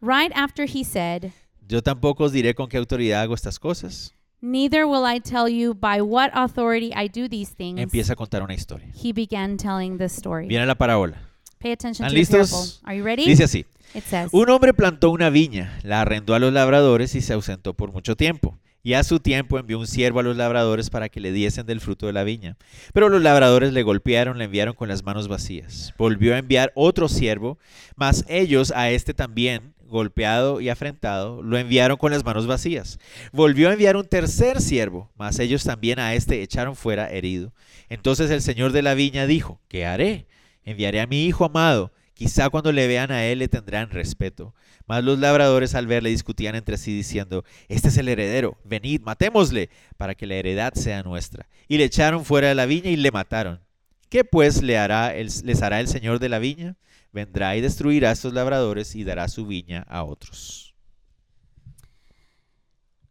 right after he said,
yo tampoco os diré con qué autoridad hago estas cosas,
Neither will I tell you by what authority I do these things.
empieza a contar una historia.
He began telling this story.
Viene la parábola.
Pay attention to
¿Están
the parable.
listos?
Are you ready?
Dice así.
It says,
Un hombre plantó una viña, la arrendó a los labradores y se ausentó por mucho tiempo. Y a su tiempo envió un siervo a los labradores para que le diesen del fruto de la viña. Pero los labradores le golpearon, le enviaron con las manos vacías. Volvió a enviar otro siervo, mas ellos a este también, golpeado y afrentado, lo enviaron con las manos vacías. Volvió a enviar un tercer siervo, mas ellos también a este echaron fuera herido. Entonces el señor de la viña dijo, ¿qué haré? Enviaré a mi hijo amado. Quizá cuando le vean a él le tendrán respeto. Mas los labradores al verle discutían entre sí diciendo, este es el heredero, venid, matémosle, para que la heredad sea nuestra. Y le echaron fuera de la viña y le mataron. ¿Qué pues le hará el- les hará el señor de la viña? Vendrá y destruirá a estos labradores y dará su viña a otros.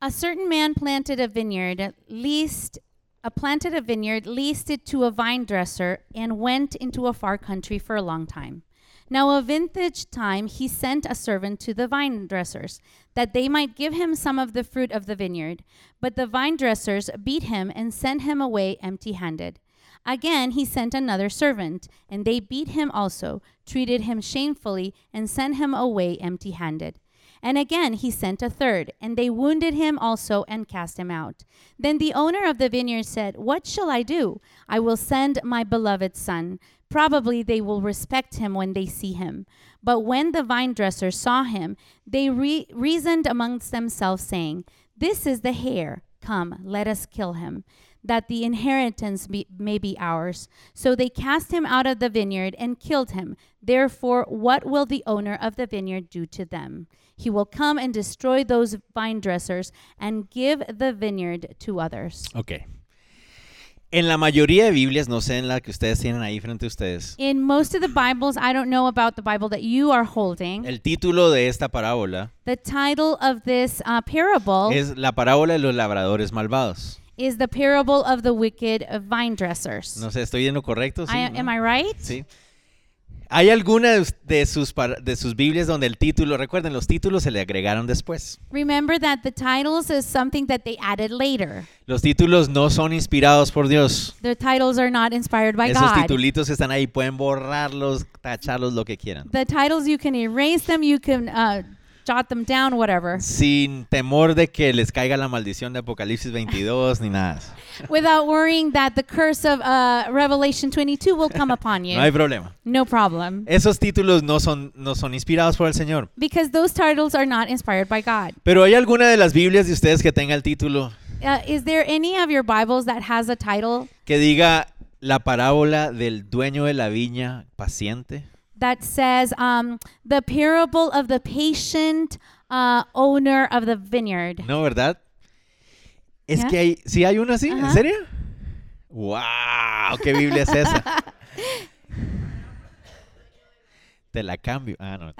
A certain man planted a vineyard, leased a planted a vineyard, leased it to a vine dresser, and went into a far country for a long time. Now of vintage time he sent a servant to the vine dressers, that they might give him some of the fruit of the vineyard. But the vine dressers beat him and sent him away empty handed. Again he sent another servant, and they beat him also, treated him shamefully, and sent him away empty handed. And again he sent a third, and they wounded him also and cast him out. Then the owner of the vineyard said, What shall I do? I will send my beloved son. Probably they will respect him when they see him. But when the vine dressers saw him, they re- reasoned amongst themselves, saying, This is the heir. Come, let us kill him, that the inheritance be, may be ours. So they cast him out of the vineyard and killed him. Therefore, what will the owner of the vineyard do to them? He will come and destroy those vine dressers and give the vineyard to others.
Ok.
En la mayoría de Biblias, no sé en la que ustedes tienen ahí frente a ustedes,
In most of the Bibles, I don't know about the Bible that you are holding.
el título de esta parábola
The title of this uh, parable
es La parábola de los labradores malvados.
is the parable of the wicked vine dressers.
No sé, ¿estoy en lo correcto? Sí,
I,
¿no?
am I right?
Sí. ¿Hay alguna de, us- de sus, para- de sus Biblias donde el título, recuerden, los títulos se le agregaron después?
Remember that the titles is something that they added later.
Los títulos no son inspirados por Dios.
The titles are not inspired by
Esos
God.
titulitos están ahí, pueden borrarlos, tacharlos, lo que quieran.
The titles, you can erase them, you can uh, jot them down, whatever,
Sin temor de que les caiga la maldición de Apocalipsis 22 ni nada. de eso.
without worrying that the curse of uh, Revelation 22 will come upon you.
No hay problema.
no problem.
Esos títulos no son, no son inspirados por el Señor.
Because those titles are not inspired by God.
Pero ¿hay alguna de las Biblias de ustedes que tenga el título
Uh, is there any of your Bibles that has a title
que diga la parábola del dueño de la viña paciente?
that says um, the parable of the patient uh, owner of the vineyard.
No, ¿verdad? Es
¿Ya?
que hay, sí hay una así, ¿en
Ajá.
serio? ¡Wow! ¿Qué Biblia es esa? Te la cambio. Ah, no.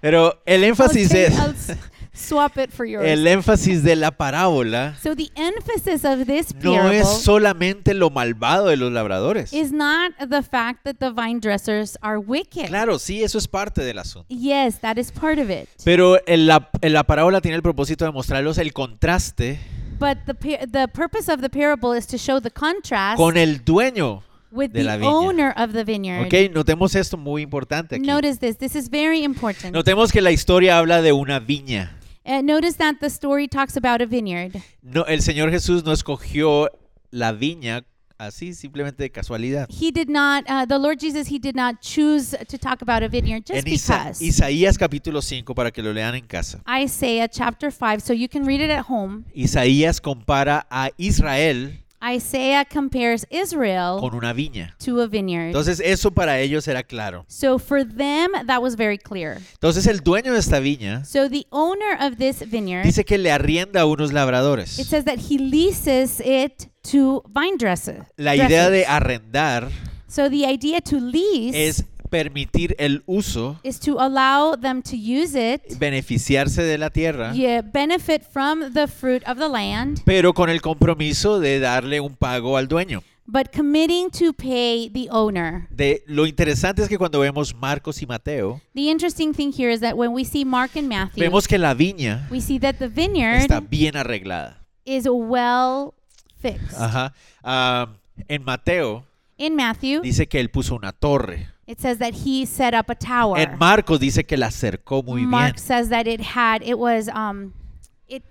Pero el
I'll
énfasis
take-
es
I'll s- swap it for yours.
el énfasis de la parábola
so the emphasis of this
no
parable
es solamente lo malvado de los labradores.
is not the fact that the vine dressers are wicked.
Claro, sí, eso es parte del asunto.
Yes, that is part of it.
Pero en la, en la parábola tiene el propósito de mostrarlos el contraste
But the par- the purpose of the parable is to show the contrast
con el dueño.
with
de
the
la viña.
owner of the vineyard.
Ok, notemos esto muy importante aquí.
Notice this. This is very important.
Notemos que la historia habla de una viña.
Uh, notice that the story talks about a vineyard.
No, el Señor Jesús no escogió la viña así simplemente de casualidad.
He did not, uh, the Lord Jesus, he did not choose to talk about a vineyard
en
just
Isa-
because.
Isaías capítulo 5 para que lo lean en casa.
Isaiah chapter 5, so you can read it at home.
Isaías compara a Israel
Isaiah compares Israel
con una viña.
to a vineyard.
Entonces eso para ellos era claro.
so for them, that was very clear.
Entonces el dueño de esta viña
So the owner of this vineyard,
dice que le arrienda a unos
it
labradores.
says that he leases it to vine dresses.
La idea de arrendar
so the idea to lease
es permitir el uso,
is to allow them to use it,
beneficiarse de la tierra,
yeah, benefit from the fruit of the land.
pero con el compromiso de darle un pago al dueño.
but committing to pay the owner.
De, lo interesante es que cuando vemos Marcos y Mateo,
The interesting thing here is that when we see Mark and Matthew,
vemos que la viña
we see that the vineyard
está bien arreglada.
is well fixed.
Ajá. Ah, en Mateo
In Matthew,
dice que él puso una torre.
it says that he set up a tower.
En Marcos dice que la acercó muy
Mark
bien.
says that it had it was um it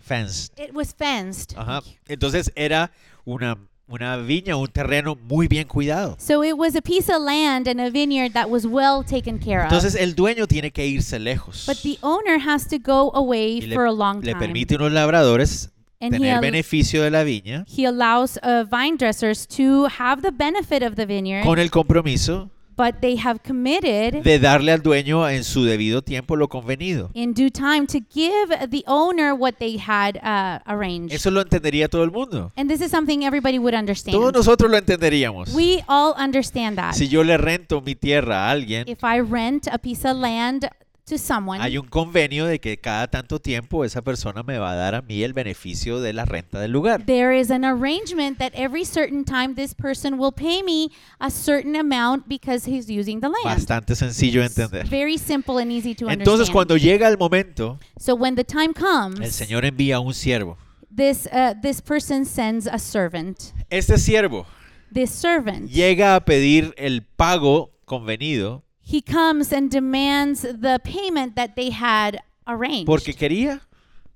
Fenced.
it was fenced.
Ajá. Entonces era una, una viña, un terreno muy bien cuidado.
So it was a piece of land and a vineyard that was well taken care of.
Entonces el dueño tiene que irse lejos.
but the owner has to go away
Y le,
for a long
le
time.
permite a unos labradores
And he
tener
al-
beneficio de la viña
he allows uh, vine dressers to have the benefit of the vineyard.
con el compromiso
but they have committed
de darle al dueño en su debido tiempo lo convenido.
in due time to give the owner what they had uh, arranged.
Eso lo entendería todo el mundo.
and this is something everybody would understand.
Todos nosotros lo entenderíamos.
we all understand that.
Si yo le rento mi tierra a alguien,
if I rent a piece of land to someone,
hay un convenio de que cada tanto tiempo esa persona me va a dar a mí el beneficio de la renta del lugar.
there is an arrangement that every certain time this person will pay me a certain amount because he's using the land.
Bastante sencillo de entender.
Very simple and easy to
Entonces
understand.
cuando llega el momento,
so when the time
el
comes,
Señor envía a un siervo.
this uh, this person sends a servant.
Este siervo
This servant
llega a pedir el pago convenido
he comes and demands the payment that they had arranged
porque quería,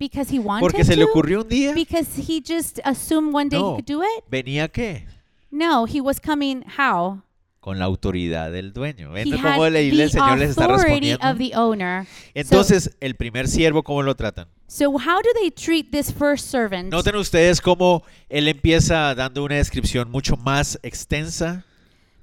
because he wanted
porque se le
to?
ocurrió un día.
because he just assumed one day
No.
he could do it
¿Venía qué?
no he was coming how
Con la autoridad del dueño. ¿Ven
he
cómo la iglesia, el Señor
the
les está
authority
respondiendo?
of the owner
Entonces, el primer siervo, ¿cómo lo tratan?
so how do they treat this first servant
Noten ustedes cómo él empieza dando una descripción mucho más extensa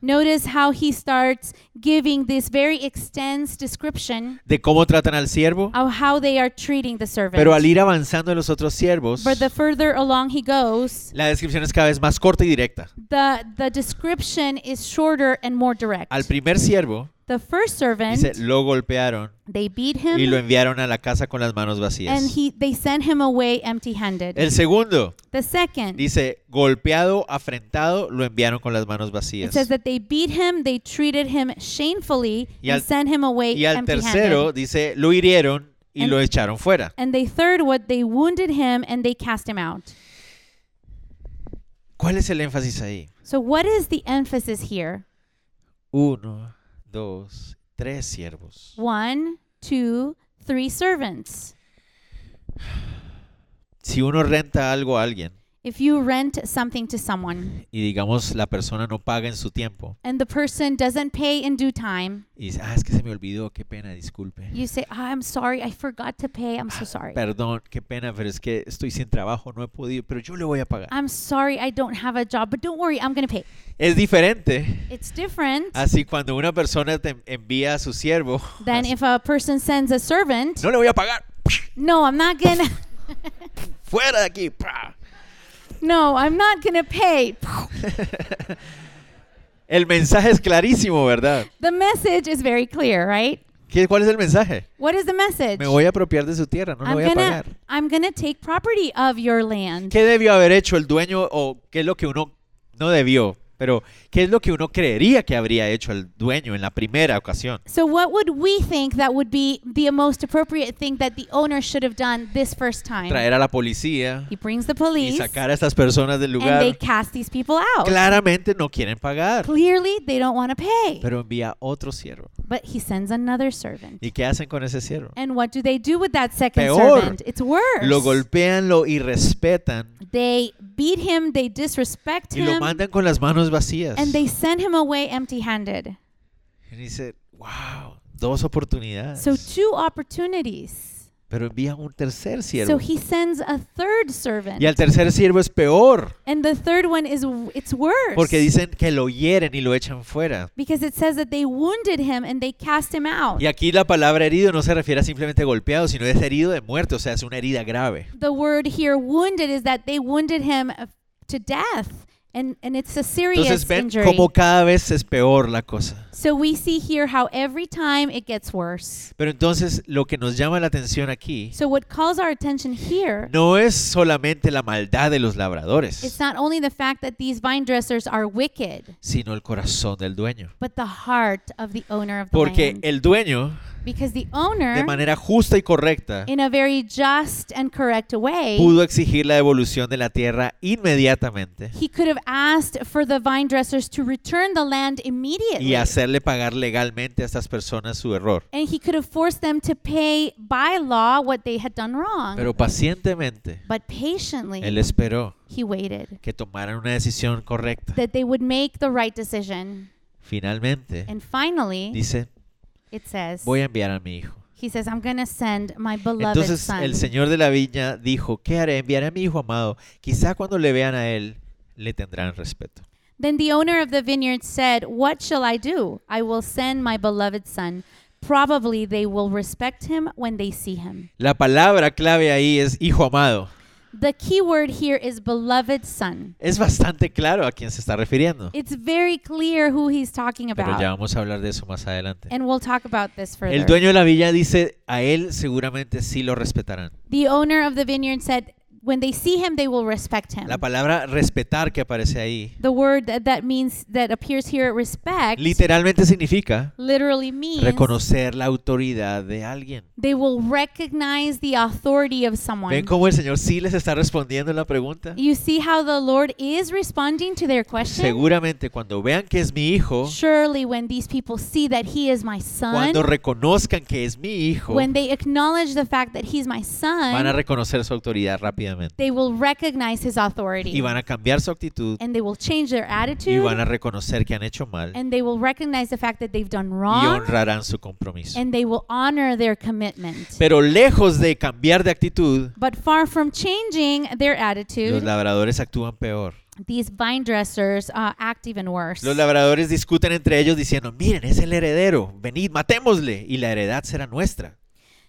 notice how he starts giving this very extensive description
de cómo tratan al siervo,
of how they are treating the servant
pero al ir avanzando en los otros siervos,
but the further along he goes
la descripción es cada vez más corta y directa.
the the description is shorter and more direct
Al primer siervo,
The first servant,
dice, lo golpearon
they beat
y lo
him,
enviaron a la casa con las manos
and
vacías.
he they sent him away empty-handed.
El segundo,
the second,
dice, golpeado, afrentado, lo enviaron con las manos
it
vacías.
says that they beat him, they treated him shamefully,
Y al-
and sent him away
Y al
empty-handed.
tercero, dice, lo hirieron y
And-
lo echaron fuera.
and they third, what they wounded him, and they cast him out.
¿Cuál es el énfasis ahí?
So what is the emphasis here?
Uno, dos, tres siervos.
One, two, three servants.
Si uno renta algo a alguien,
If you rent something to someone
y digamos la persona no paga en su tiempo
and the person doesn't pay in due time,
y dice, ah, es que se me olvidó, qué pena, disculpe.
you say, "Ah, I'm sorry, I forgot to pay. I'm so sorry.
Perdón, qué pena, pero es que estoy sin trabajo, no he podido, pero yo le voy a pagar.
I'm sorry, I don't have a job, but don't worry, I'm going to pay.
Es diferente.
It's different
Así cuando una persona te envía a su siervo,
than if a person sends a servant,
no le voy a pagar,
no, I'm not going to.
fuera de aquí. ¡Pra!
No, I'm not going to pay.
El mensaje es clarísimo, ¿verdad?
The message is very clear, right?
¿Qué- ¿Cuál es el mensaje?
What is the message?
Me voy a apropiar de su tierra, no le
I'm
voy a
gonna
pagar.
I'm gonna take property of your land.
¿Qué debió haber hecho el dueño o qué es lo que uno no debió? Pero, ¿qué es lo que uno creería que habría hecho el dueño en la primera ocasión?
So what would we think that would be the most appropriate thing that the owner should have done this first time?
Traer a la policía
He brings the
y
police
sacar a estas personas del
and they
lugar.
cast these people out.
Claramente no quieren pagar,
Clearly they don't want to pay.
pero envía otro siervo.
But he sends another servant.
¿Y qué hacen con ese siervo?
And what do they do with that second
Peor.
servant? It's worse.
Lo golpean, lo irrespetan
they beat him, they disrespect
y lo
him,
mandan con las manos vacías.
and they send him away empty-handed.
Y dice, wow, dos
So
oportunidades.
two opportunities.
Pero envía un tercer
So
siervo.
he sends a third servant.
Y al tercer siervo es peor,
and the third one is it's worse.
porque dicen que lo hieren y lo echan fuera.
because it says that they wounded him and they cast him out.
Y aquí la palabra herido no se refiere a simplemente golpeado, sino es herido de muerte, o sea, es una herida grave.
The word here wounded is that they wounded him uh, to death and and it's a serious
Entonces ven
injury.
cómo cada vez es peor la cosa.
so we see here how every time it gets worse.
Pero entonces lo que nos llama la atención aquí
So what calls our attention here
no es solamente la maldad de los
is
labradores,
not only the fact that these vine dressers are wicked,
sino el corazón del dueño.
but the heart of the owner of the
Porque
land.
el dueño,
because the owner
de manera justa y correcta,
in a very just and correct way,
pudo exigir la devolución de la tierra inmediatamente
he could have asked for the vine dressers to return the land immediately.
y hacerle pagar legalmente a estas personas su error.
And he could have forced them to pay by law what they had done wrong.
Pero pacientemente,
but patiently,
él esperó
he waited
que tomaran una decisión correcta.
that they would make the right decision.
Finalmente,
And finally,
dice,
it says,
voy a enviar a mi hijo.
he says, I'm going to send my beloved
Entonces
son.
el señor de la viña dijo, ¿qué haré? Enviaré a mi hijo amado. Quizá cuando le vean a él, le tendrán respeto.
Then the owner of the vineyard said, What shall I do? I will send my beloved son. Probably they will respect him when they see him.
La palabra clave ahí es hijo amado.
The key word here is beloved son.
Es bastante claro a quién se está refiriendo.
It's very clear who he's talking
Pero ya
about.
vamos a hablar de eso más adelante.
And we'll talk about this
El
further.
dueño de la villa dice, a él seguramente sí lo respetarán.
The owner of the vineyard said, When they see him, they will respect him.
La palabra respetar que aparece ahí,
The word that, that means that appears here at respect
literalmente significa
literally means
reconocer la autoridad de alguien.
they will recognize the authority of someone.
¿Ven cómo el Señor sí les está respondiendo la pregunta?
You see how the Lord is responding to their question?
Seguramente cuando vean que es mi hijo,
Surely, when these people see that he is my
cuando
son,
reconozcan que es mi hijo,
when they acknowledge the fact that he's my
van a
son,
reconocer su autoridad rápidamente
they will recognize his authority.
y van a cambiar su actitud
and they will change their
y van a
attitude
reconocer que han hecho mal
and they will recognize the fact that they've done
y
wrong
honrarán su compromiso.
and they will honor their commitment.
Pero lejos de cambiar de actitud,
But far from changing their
los
attitude,
labradores actúan peor.
these vine dressers uh, act even worse.
Los labradores discuten entre ellos diciendo, miren, es el heredero, venid, matémosle y la heredad será nuestra.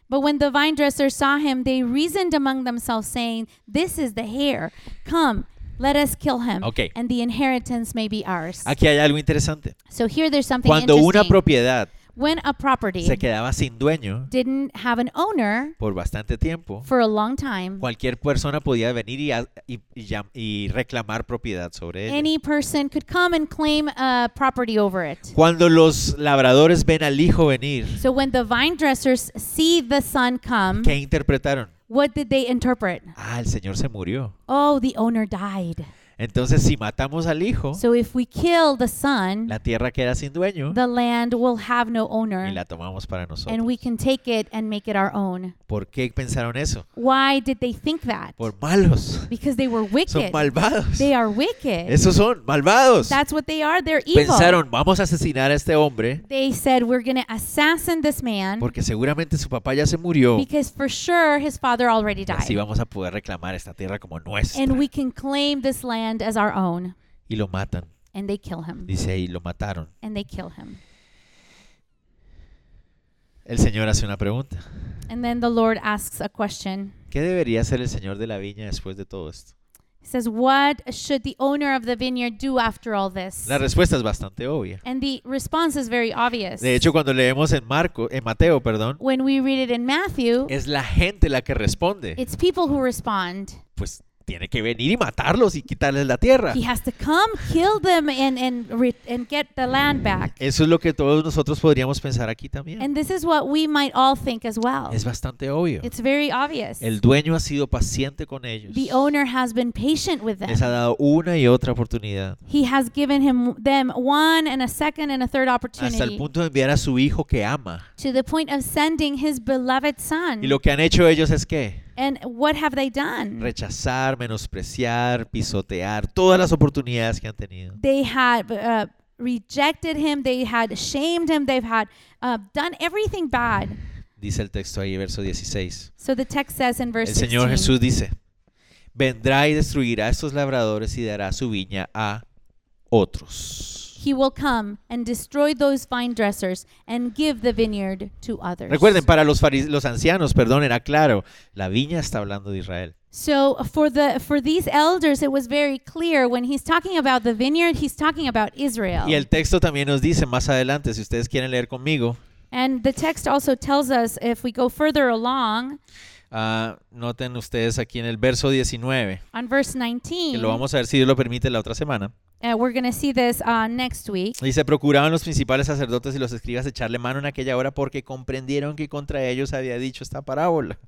But when the vine dressers saw him, they reasoned among themselves, saying, This is the heir. Come, let us kill him,
Okay.
and the inheritance may be ours.
Aquí hay algo interesante.
So here there's something
Cuando una
interesting.
propiedad
when a property
se quedaba sin dueño
didn't have an owner
por bastante tiempo,
for a long time,
cualquier persona podía venir y, a- y- y llam- y reclamar propiedad sobre ella.
any person could come and claim uh, property over it.
Cuando los labradores ven al hijo venir,
So when the vine dressers see the son come,
¿qué interpretaron?
what did they interpret?
Ah, el señor se murió.
Oh, the owner died.
Entonces, si matamos al hijo,
So if we kill the son,
la tierra queda sin dueño
the land will have no
y
owner,
la tomamos para nosotros.
and we can take it and make it our own.
¿Por qué pensaron eso?
Why did they think that?
Por malos.
Because they were
Son
wicked.
malvados.
They are wicked.
Esos son malvados.
That's what they are. They're evil.
Pensaron, vamos a asesinar a este hombre
They said, We're going to assassin this man
porque seguramente su papá ya se murió.
because for sure his father already died.
Así vamos a poder reclamar esta tierra como nuestra.
And we can claim this land as our own.
Y lo matan.
And they kill him.
Dice ahí, lo mataron.
And they kill him.
El Señor hace una pregunta.
And then the Lord asks a question.
¿Qué debería hacer el Señor de la viña después de todo esto?
He says, What should the owner of the vineyard do after all this?
La respuesta es bastante obvia.
And the response is very obvious.
De hecho, cuando leemos en Marco, en Mateo, perdón,
when we read it in Matthew,
es la gente la que responde.
it's people who respond.
Pues tiene que venir y matarlos y quitarles la tierra.
He has to come, kill them, and, and, re- and get the land back.
Eso es lo que todos nosotros podríamos pensar aquí también.
And this is what we might all think as well.
Es bastante obvio.
Um, It's very obvious.
El dueño ha sido paciente con ellos.
The owner has been patient with
Les ha
them.
dado una y otra oportunidad.
He has given him them one and a second and a
Hasta
third
el
opportunity
punto de enviar a su hijo que ama.
to the point of sending his beloved son.
Y lo que han hecho ellos es que
And what have they done?
rechazar, menospreciar, pisotear todas las oportunidades que han tenido.
They had uh, rejected him. They had shamed him. They've had uh, done everything bad.
Dice el texto ahí, verso 16.
So the text says in
El
verse
Señor
16,
Jesús dice, vendrá y destruirá a estos labradores y dará su viña a otros.
He will come and destroy those vine dressers and give the vineyard to others.
Recuerden, para los, faris- los ancianos, perdón, era claro, la viña está hablando de Israel.
So for the for these elders, it was very clear when he's talking about the vineyard, he's talking about Israel.
Y el texto también nos dice más adelante, si ustedes quieren leer conmigo,
And the text also tells us if we go further along
ah, noten ustedes aquí en el verso 19,
on verse
que
19,
lo vamos a ver si Dios lo permite la otra semana.
uh, we're going to see this uh, next week.
Dice, procuraban los principales sacerdotes y los escribas echarle mano en aquella hora porque comprendieron que contra ellos había dicho esta parábola.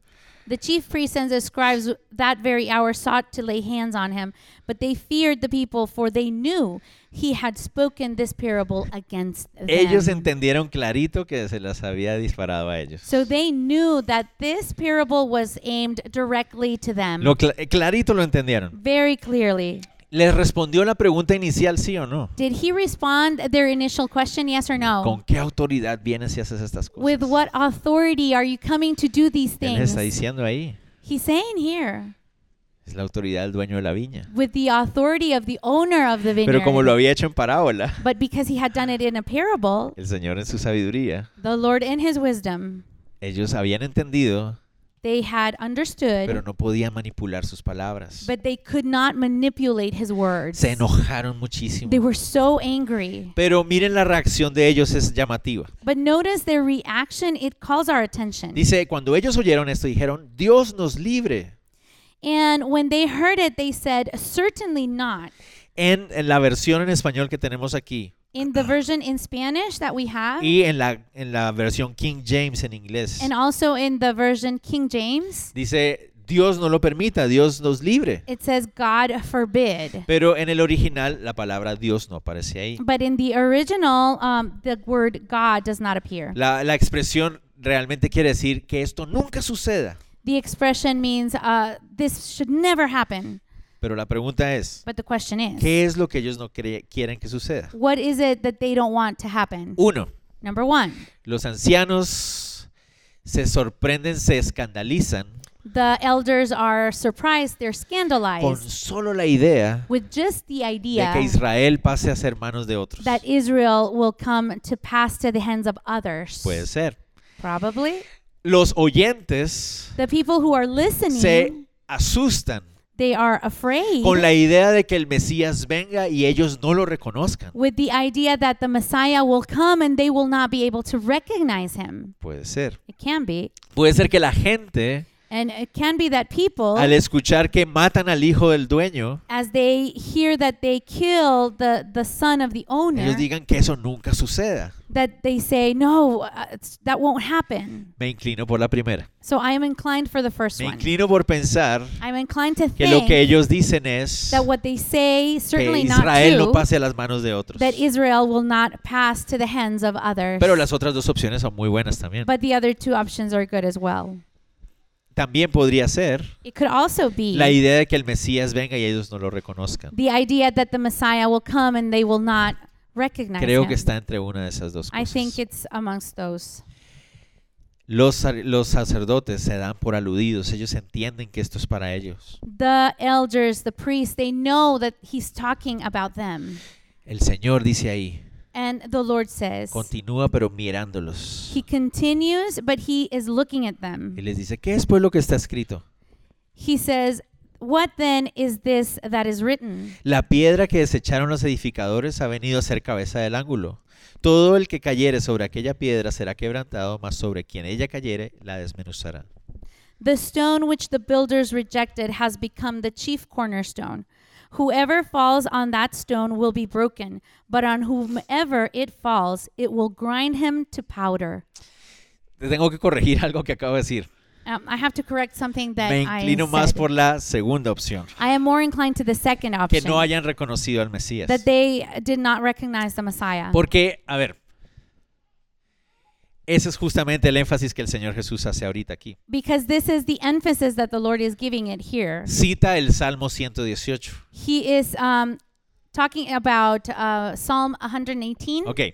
The chief priests and the scribes that very hour sought to lay hands on him, but they feared the people, for they knew he had spoken this parable against them.
Ellos entendieron clarito que se las había disparado a ellos.
so they knew that this parable was aimed directly to them.
Lo cla- eh, clarito lo entendieron.
very clearly.
¿Les respondió la pregunta inicial sí o no?
Did he respond their initial question, yes or no?
¿Con qué autoridad vienes y haces estas
With
cosas?
what authority are you coming to do these
Él les está
things?
diciendo ahí.
He's saying here,
Es la autoridad del dueño de la viña.
with the authority of the owner of the vineyard.
Pero como lo había hecho en parábola,
but because he had done it in a parable,
el Señor en su sabiduría,
the Lord in his wisdom,
ellos habían entendido,
they had understood,
pero no podían manipular sus palabras.
but they could not manipulate his words.
Se enojaron
They
muchísimo.
were so angry.
Pero miren la reacción de ellos, es llamativa.
But notice their reaction, it calls our attention.
Dice, cuando ellos oyeron esto, dijeron, Dios nos libre.
And when they heard it, they said, Certainly not.
En, en la versión en español que tenemos aquí
In the version in Spanish that we have,
y en la, en la versión King James Ah. en inglés,
and also in the version King James,
dice, Dios no lo permita, Dios nos libre.
it says, God forbid.
Pero en el original la palabra Dios no aparece ahí.
But in the original, um, the word God does not appear.
La, la expresión realmente quiere decir que esto nunca suceda.
The expression means uh, this should never happen.
Pero la pregunta es,
But the question is,
¿qué es lo que ellos no cre- quieren que suceda?
what is it that they don't want to happen?
Uno,
Number one,
los ancianos se sorprenden, se escandalizan
the elders are surprised, they're
con
scandalized
solo la idea
with just
de
the
que
idea
Israel pase a ser manos de otros.
that Israel will come to pass to the hands of others.
Puede ser.
Probably.
Los oyentes
The people who are
se
listening,
asustan
they are afraid
con la idea de que el Mesías venga y ellos no lo reconozcan.
with the idea that the Messiah will come and they will not be able to recognize him.
Puede ser.
It can be.
Puede ser que la gente
And it can be that people,
al escuchar que matan al hijo del dueño,
as they hear that they kill the, the son of the owner,
ellos digan que eso nunca suceda.
that they say, no, uh, it's, that won't happen.
Me inclino por la primera.
So I am inclined for the first
Me
one.
inclino por pensar
I'm inclined to
que lo
think
que ellos dicen es
that what they say,
que
certainly not
Israel no
true,
pase a las manos de otros.
that Israel will not pass to the hands of others.
Pero las otras dos opciones son muy buenas también.
But the other two options are good as well.
También podría ser
It could also be
la idea de que el Mesías venga y ellos no lo reconozcan.
the idea that the Messiah will come and they will not recognize
Creo
him.
que está entre una de esas dos
I think
cosas.
it's amongst those.
Los, sa- los sacerdotes se dan por aludidos, ellos entienden que esto es para ellos.
The elders, the priests, they know that he's talking about them.
El Señor dice ahí,
And the Lord says,
continúa pero mirándolos.
He continues, but he is looking at
Y
them.
les dice, ¿qué es pues lo que está escrito?
He says, What then is this that is written?
La piedra que desecharon los edificadores ha venido a ser cabeza del ángulo. Todo el que cayere sobre aquella piedra será quebrantado, mas sobre quien ella cayere la desmenuzará.
The stone which the builders rejected has become the chief cornerstone. Whoever falls on that stone will be broken, but on whomever it falls, it will grind him to powder.
Te tengo que corregir algo que acabo de decir.
Um, I have to correct something that
Me
I
inclino más
said.
por la segunda opción,
I am more inclined to the second
que
option
no hayan reconocido al Mesías.
that they did not recognize the Messiah.
Porque, a ver, ese es justamente el énfasis que el Señor Jesús hace ahorita aquí.
Because this is the emphasis that the Lord is giving it here.
Cita el Salmo 118.
He is um, talking about uh, Psalm 118.
Ok,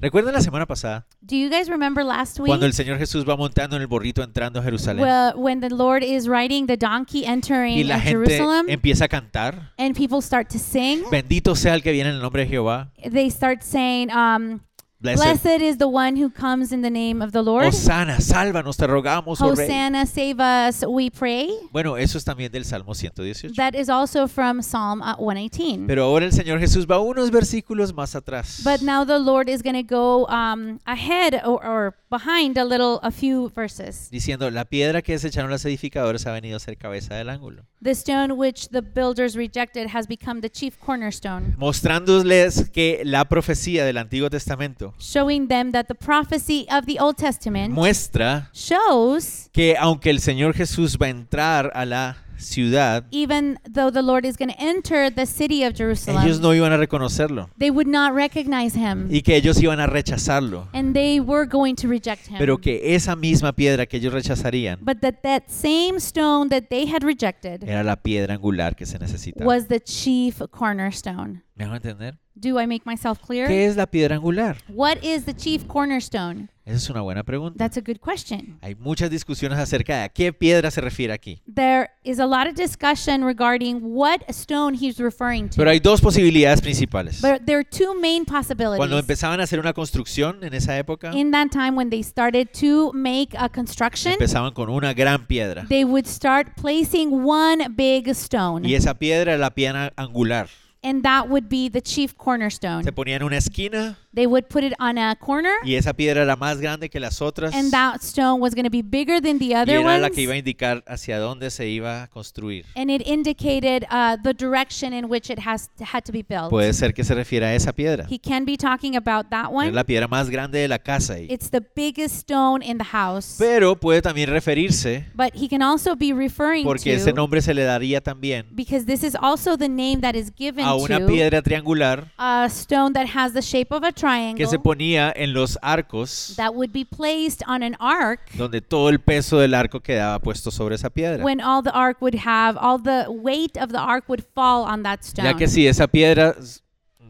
¿recuerdan la semana pasada
Do you guys remember last week?
cuando el Señor Jesús va montando en el borrito entrando a Jerusalén?
Well, when the Lord is riding the donkey entering
y la
uh,
gente
Jerusalem
empieza a cantar.
and people start to sing,
Bendito sea el que viene en el nombre de Jehová.
they start saying, um,
Blessed.
Blessed is the one who comes in the name of the Lord.
Hosanna, sálvanos, te rogamos, oh rey.
Hosanna, save us, we pray.
Bueno, eso es también del Salmo 118.
That is also from Psalm uh, 118.
Pero ahora el Señor Jesús va unos versículos más atrás.
But now the Lord is going to go um, ahead or, or behind a little, a few verses.
Diciendo, la piedra que desecharon los edificadores ha venido a ser cabeza del ángulo.
The stone which the builders rejected has become the chief cornerstone,
Mostrándoles que la profecía del Antiguo Testamento
showing them that the prophecy of the Old Testament
muestra
shows,
que aunque el Señor Jesús va a entrar a la ciudad,
even though the Lord is going to enter the city of Jerusalem,
ellos no iban a reconocerlo
they would not recognize him
y que ellos iban a rechazarlo.
and they were going to reject him.
pero que esa misma piedra que ellos rechazarían
but that that same stone that they had rejected
era la piedra angular que se necesitaba.
was the chief cornerstone.
¿Me hago entender?
Do I make myself clear?
¿Qué es la piedra angular?
What is the chief cornerstone?
Esa es una buena pregunta.
That's a good question.
Hay muchas discusiones acerca de a qué piedra se refiere aquí.
There is a lot of discussion regarding what stone he's referring to.
Pero hay dos posibilidades principales.
but there are two main
Cuando
possibilities.
empezaban a hacer una construcción en esa época,
In that time when they started to make a construction,
empezaban con una gran piedra.
they would start placing one big stone.
Y esa piedra era la piedra angular.
And that would be the chief cornerstone.
Se ponía en una esquina
They would put it on a corner,
y esa piedra era más grande que las otras.
and that stone was going to be bigger than the
Y
other
era la
ones.
que iba a indicar hacia dónde se iba a construir.
And it indicated uh, the direction in which it has had to be built.
Puede ser que se refiera a esa piedra.
He can be talking about that
Es
one.
la piedra más grande de la casa. ahí.
It's the biggest stone in the house.
Pero puede también referirse,
But he can also be referring
porque ese
to
nombre se le daría también
because this is also the name that is given
a una
to
piedra triangular
a stone that has the shape of a
que se
triangle
ponía en los arcos,
that would be placed on an ark
donde todo el peso del arco quedaba puesto sobre esa piedra.
when all the ark would have all the weight of the ark would fall on that
Ya
stone.
que si esa piedra s-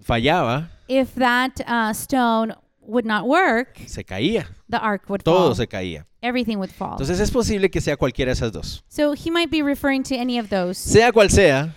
fallaba,
If that uh, stone would not work,
se caía,
the ark would
todo
fall.
se caía.
Everything would fall.
Entonces es posible que sea cualquiera de esas dos.
So he might be referring to any of those.
Sea cual sea,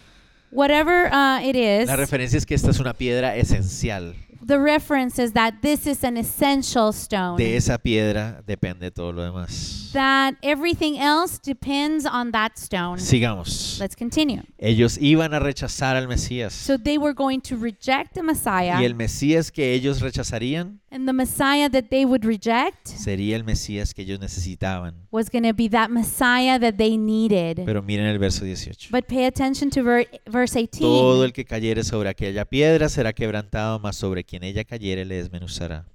Whatever uh, it is,
la referencia es que esta es una piedra esencial.
the reference is that this is an essential stone.
De esa piedra depende todo lo demás.
that everything else depends on that stone.
Sigamos.
Let's continue.
Ellos iban a rechazar al Mesías.
So they were going to reject the
Y el
Messiah,
Mesías que ellos rechazarían
And the Messiah that they would reject
sería el Mesías que ellos necesitaban.
was going to be that Messiah that they needed.
Pero miren el verso 18.
But pay attention to ver, verse 18.
Todo el que cayere sobre aquella piedra será quebrantado, mas sobre quien ella cayere le desmenuzará.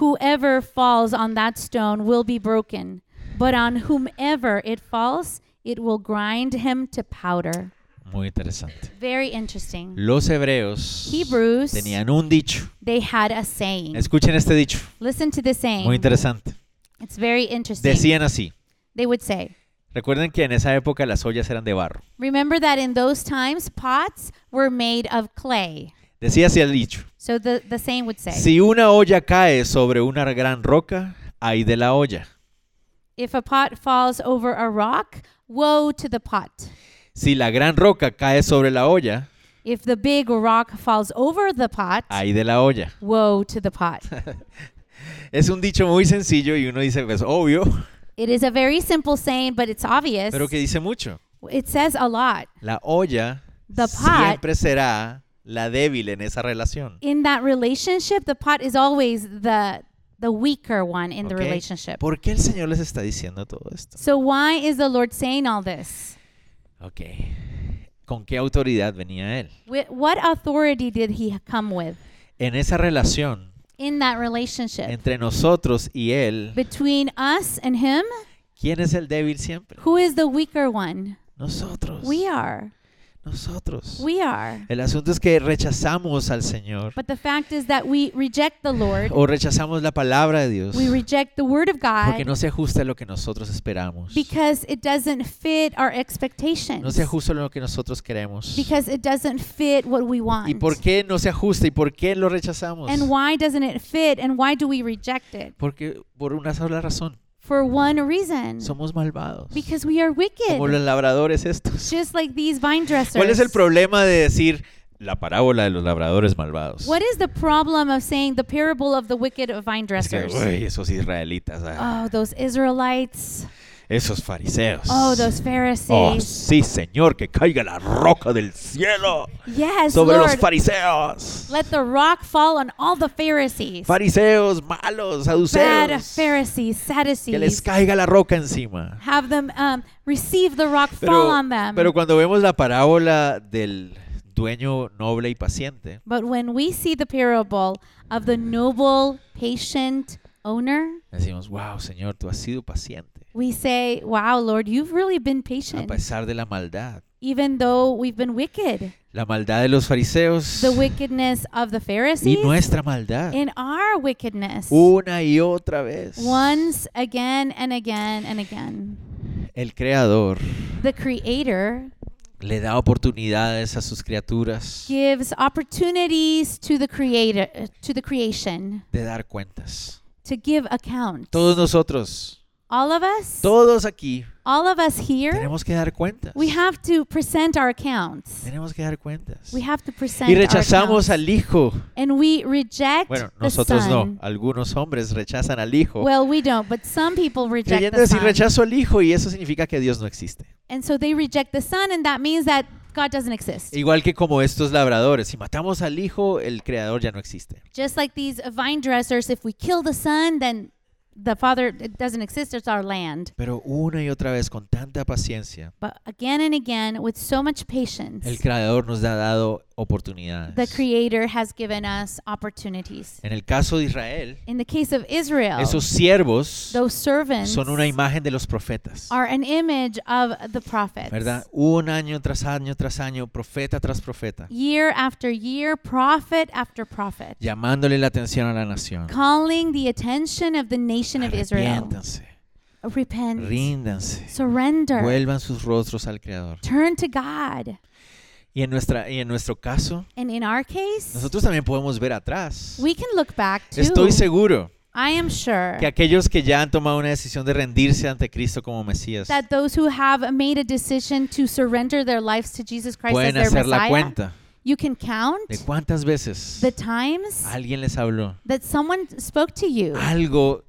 Whoever falls on that stone will be broken, but on whomever it falls, it will grind him to powder.
Muy interesante.
Very interesting.
Los hebreos
Mm. Hebrews,
tenían un dicho.
they had a saying.
Escuchen este dicho.
Listen to the saying.
Muy interesante.
It's very interesting.
Decían así.
they would say,
Recuerden que en esa época las ollas eran de barro.
Remember that in those times, pots were made of clay.
Decía así el dicho.
So the, the saying would say,
Si una olla cae sobre una gran roca, hay de la olla.
If a pot falls over a rock, woe to the pot.
Si la gran roca cae sobre la olla,
If the big rock falls over the pot,
hay de la olla.
woe to the pot.
Es un dicho muy sencillo y uno dice, pues obvio,
It is a very simple saying, but it's obvious.
pero que dice mucho.
It says a lot.
La olla
The pot-
siempre será la débil en esa relación.
In that relationship, the pot is always the the weaker one in the
¿ok?
relationship.
¿Por qué el Señor les está diciendo todo esto?
So why is the Lord saying all this?
Ok. ¿Con qué autoridad venía Él?
Wi- what authority did he come with
En esa relación
in that relationship
entre nosotros y Él,
between us and him?
¿quién es el débil siempre?
Who is the weaker one?
Nosotros.
We are.
Nosotros.
We are.
El asunto es que rechazamos al Señor
But the fact is that we reject the Lord.
o rechazamos la palabra de Dios
We reject the word of
porque
God
no se ajusta a lo que nosotros esperamos.
because it doesn't fit our
No
expectations.
se ajusta a lo que nosotros queremos.
Because it doesn't fit what we want.
¿Y por qué no se ajusta? ¿Y por qué lo rechazamos?
And why doesn't it fit? And why do we reject it?
Porque por una sola razón,
For one reason.
somos malvados.
Because we
Como
are wicked.
los labradores estos.
Just like these vine dressers.
¿Cuál es el problema de decir la parábola de los labradores malvados?
What is the problem of saying the parable of the wicked vine
Es que,
dressers?
uy, esos israelitas, ah,
Oh, those Israelites.
esos fariseos.
Oh, those
Oh,
Pharisees.
sí, Señor, que caiga la roca del cielo
Yes,
sobre los
Lord.
fariseos.
Let the rock fall on all the Pharisees.
Fariseos malos,
Bad
saduceos.
Pharisees,
Que les
Sadducees.
caiga la roca encima.
Have them um, receive the rock, fall
Pero,
on them.
pero cuando vemos la parábola del dueño noble y paciente,
But when we see the parable of the noble, patient owner,
decimos, wow, Señor, tú has sido paciente
we say, Wow, Lord, you've really been
a
patient,
pesar de la maldad.
even though we've been wicked.
La maldad de los fariseos
The wickedness of the
y
Pharisees
nuestra maldad.
in our wickedness.
Una y otra vez.
Once again and again and again.
El Creador
The Creator
le da oportunidades a sus criaturas
gives opportunities to the creator to the creation
de dar cuentas.
to give account.
Todos nosotros,
All of us,
todos aquí,
all of us here,
tenemos que dar cuentas.
we have to present our accounts.
Tenemos que dar cuentas.
We have to present
Y
our
rechazamos
accounts.
al Hijo.
And we reject
Bueno,
the
nosotros no.
Son.
Algunos hombres rechazan al Hijo.
Well, we don't, but some people reject
Creyendo
the
decir
Son.
rechazo al Hijo y eso significa que Dios no existe.
and so they reject the Son, and that means that God doesn't exist.
Igual que como estos labradores, si matamos al Hijo, el Creador ya no existe.
Just like these vine dressers, if we kill the Son, then the Father it doesn't exist. It's our land.
Pero una y otra vez, con tanta paciencia,
But again and again, with so much patience,
el Creador nos ha dado
the
oportunidades.
Creator has given us opportunities.
En el caso de Israel,
In the case of Israel,
esos siervos
those servants
son una imagen de los profetas.
are an image of the prophets.
¿Verdad? Un año tras año tras año, profeta tras profeta,
Year after year, prophet after prophet,
llamándole la atención a la nación.
calling the attention of the nation of Israel.
Arrepiéntanse,
Repent,
ríndanse,
surrender,
vuelvan sus rostros al Creador.
turn to God.
Y en, nuestra, y en nuestro caso,
And in our case,
nosotros también podemos ver atrás.
we can look back to.
Estoy seguro
I am sure
que aquellos que ya han tomado una decisión de rendirse ante Cristo como Mesías
that those who have made a decision to surrender their lives to Jesus Christ as
pueden
their
hacer la
Messiah,
cuenta
you can count
de cuántas veces
the times
alguien les habló
that someone spoke to you
algo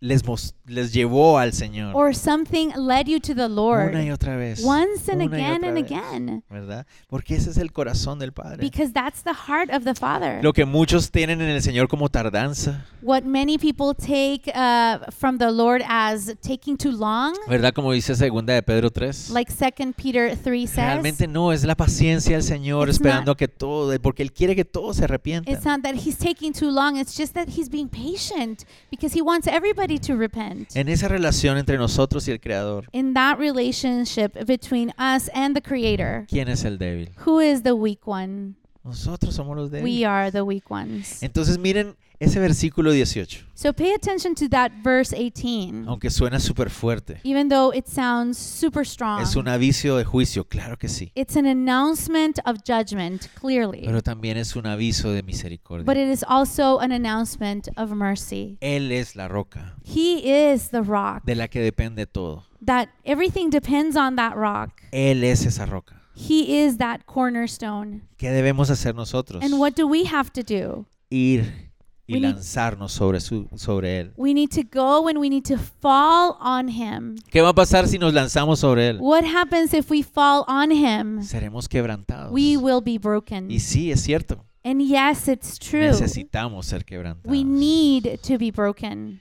les, mos- les llevó al Señor
or something led you to the
una y
Lord
otra vez.
once and
una y
again
otra
and
vez,
again.
¿Verdad? Porque ese es el corazón del Padre.
Because that's the heart of the Father.
Lo que muchos tienen en el Señor como tardanza,
What many people take uh, from the Lord as taking too long,
¿verdad? Como dice segunda de Pedro 3.
like 2 Peter 3 says,
Realmente no, es la paciencia del Señor
It's
esperando
not-
que todo, porque Él quiere que todos se arrepientan.
it's not that he's taking too long, it's just that he's being patient because he wants everybody to repent.
En esa relación entre nosotros y el Creador,
In that relationship between us and the Creator,
¿quién es el débil?
who is the weak one?
Nosotros somos los
We
débiles.
are the weak ones.
Entonces miren ese versículo 18,
So pay attention to that verse 18.
aunque suena súper fuerte.
Even though it sounds super strong,
Es un aviso de juicio, claro que sí,
it's an announcement of judgment, clearly.
pero también es un aviso de misericordia.
But it is also an announcement of mercy.
Él es la roca
He is the rock,
de la que depende todo.
that everything depends on that rock.
Él es esa roca.
He is that cornerstone.
¿Qué debemos hacer nosotros?
And what do we have to do?
Ir y
We need-
lanzarnos sobre, su, sobre Él.
We need to go and we need to fall on him.
¿Qué va a pasar si nos lanzamos sobre Él?
What happens if we fall on him?
Seremos quebrantados.
We will be
Y
broken.
sí, es cierto.
And yes, it's true.
Necesitamos ser quebrantados.
We need to be broken.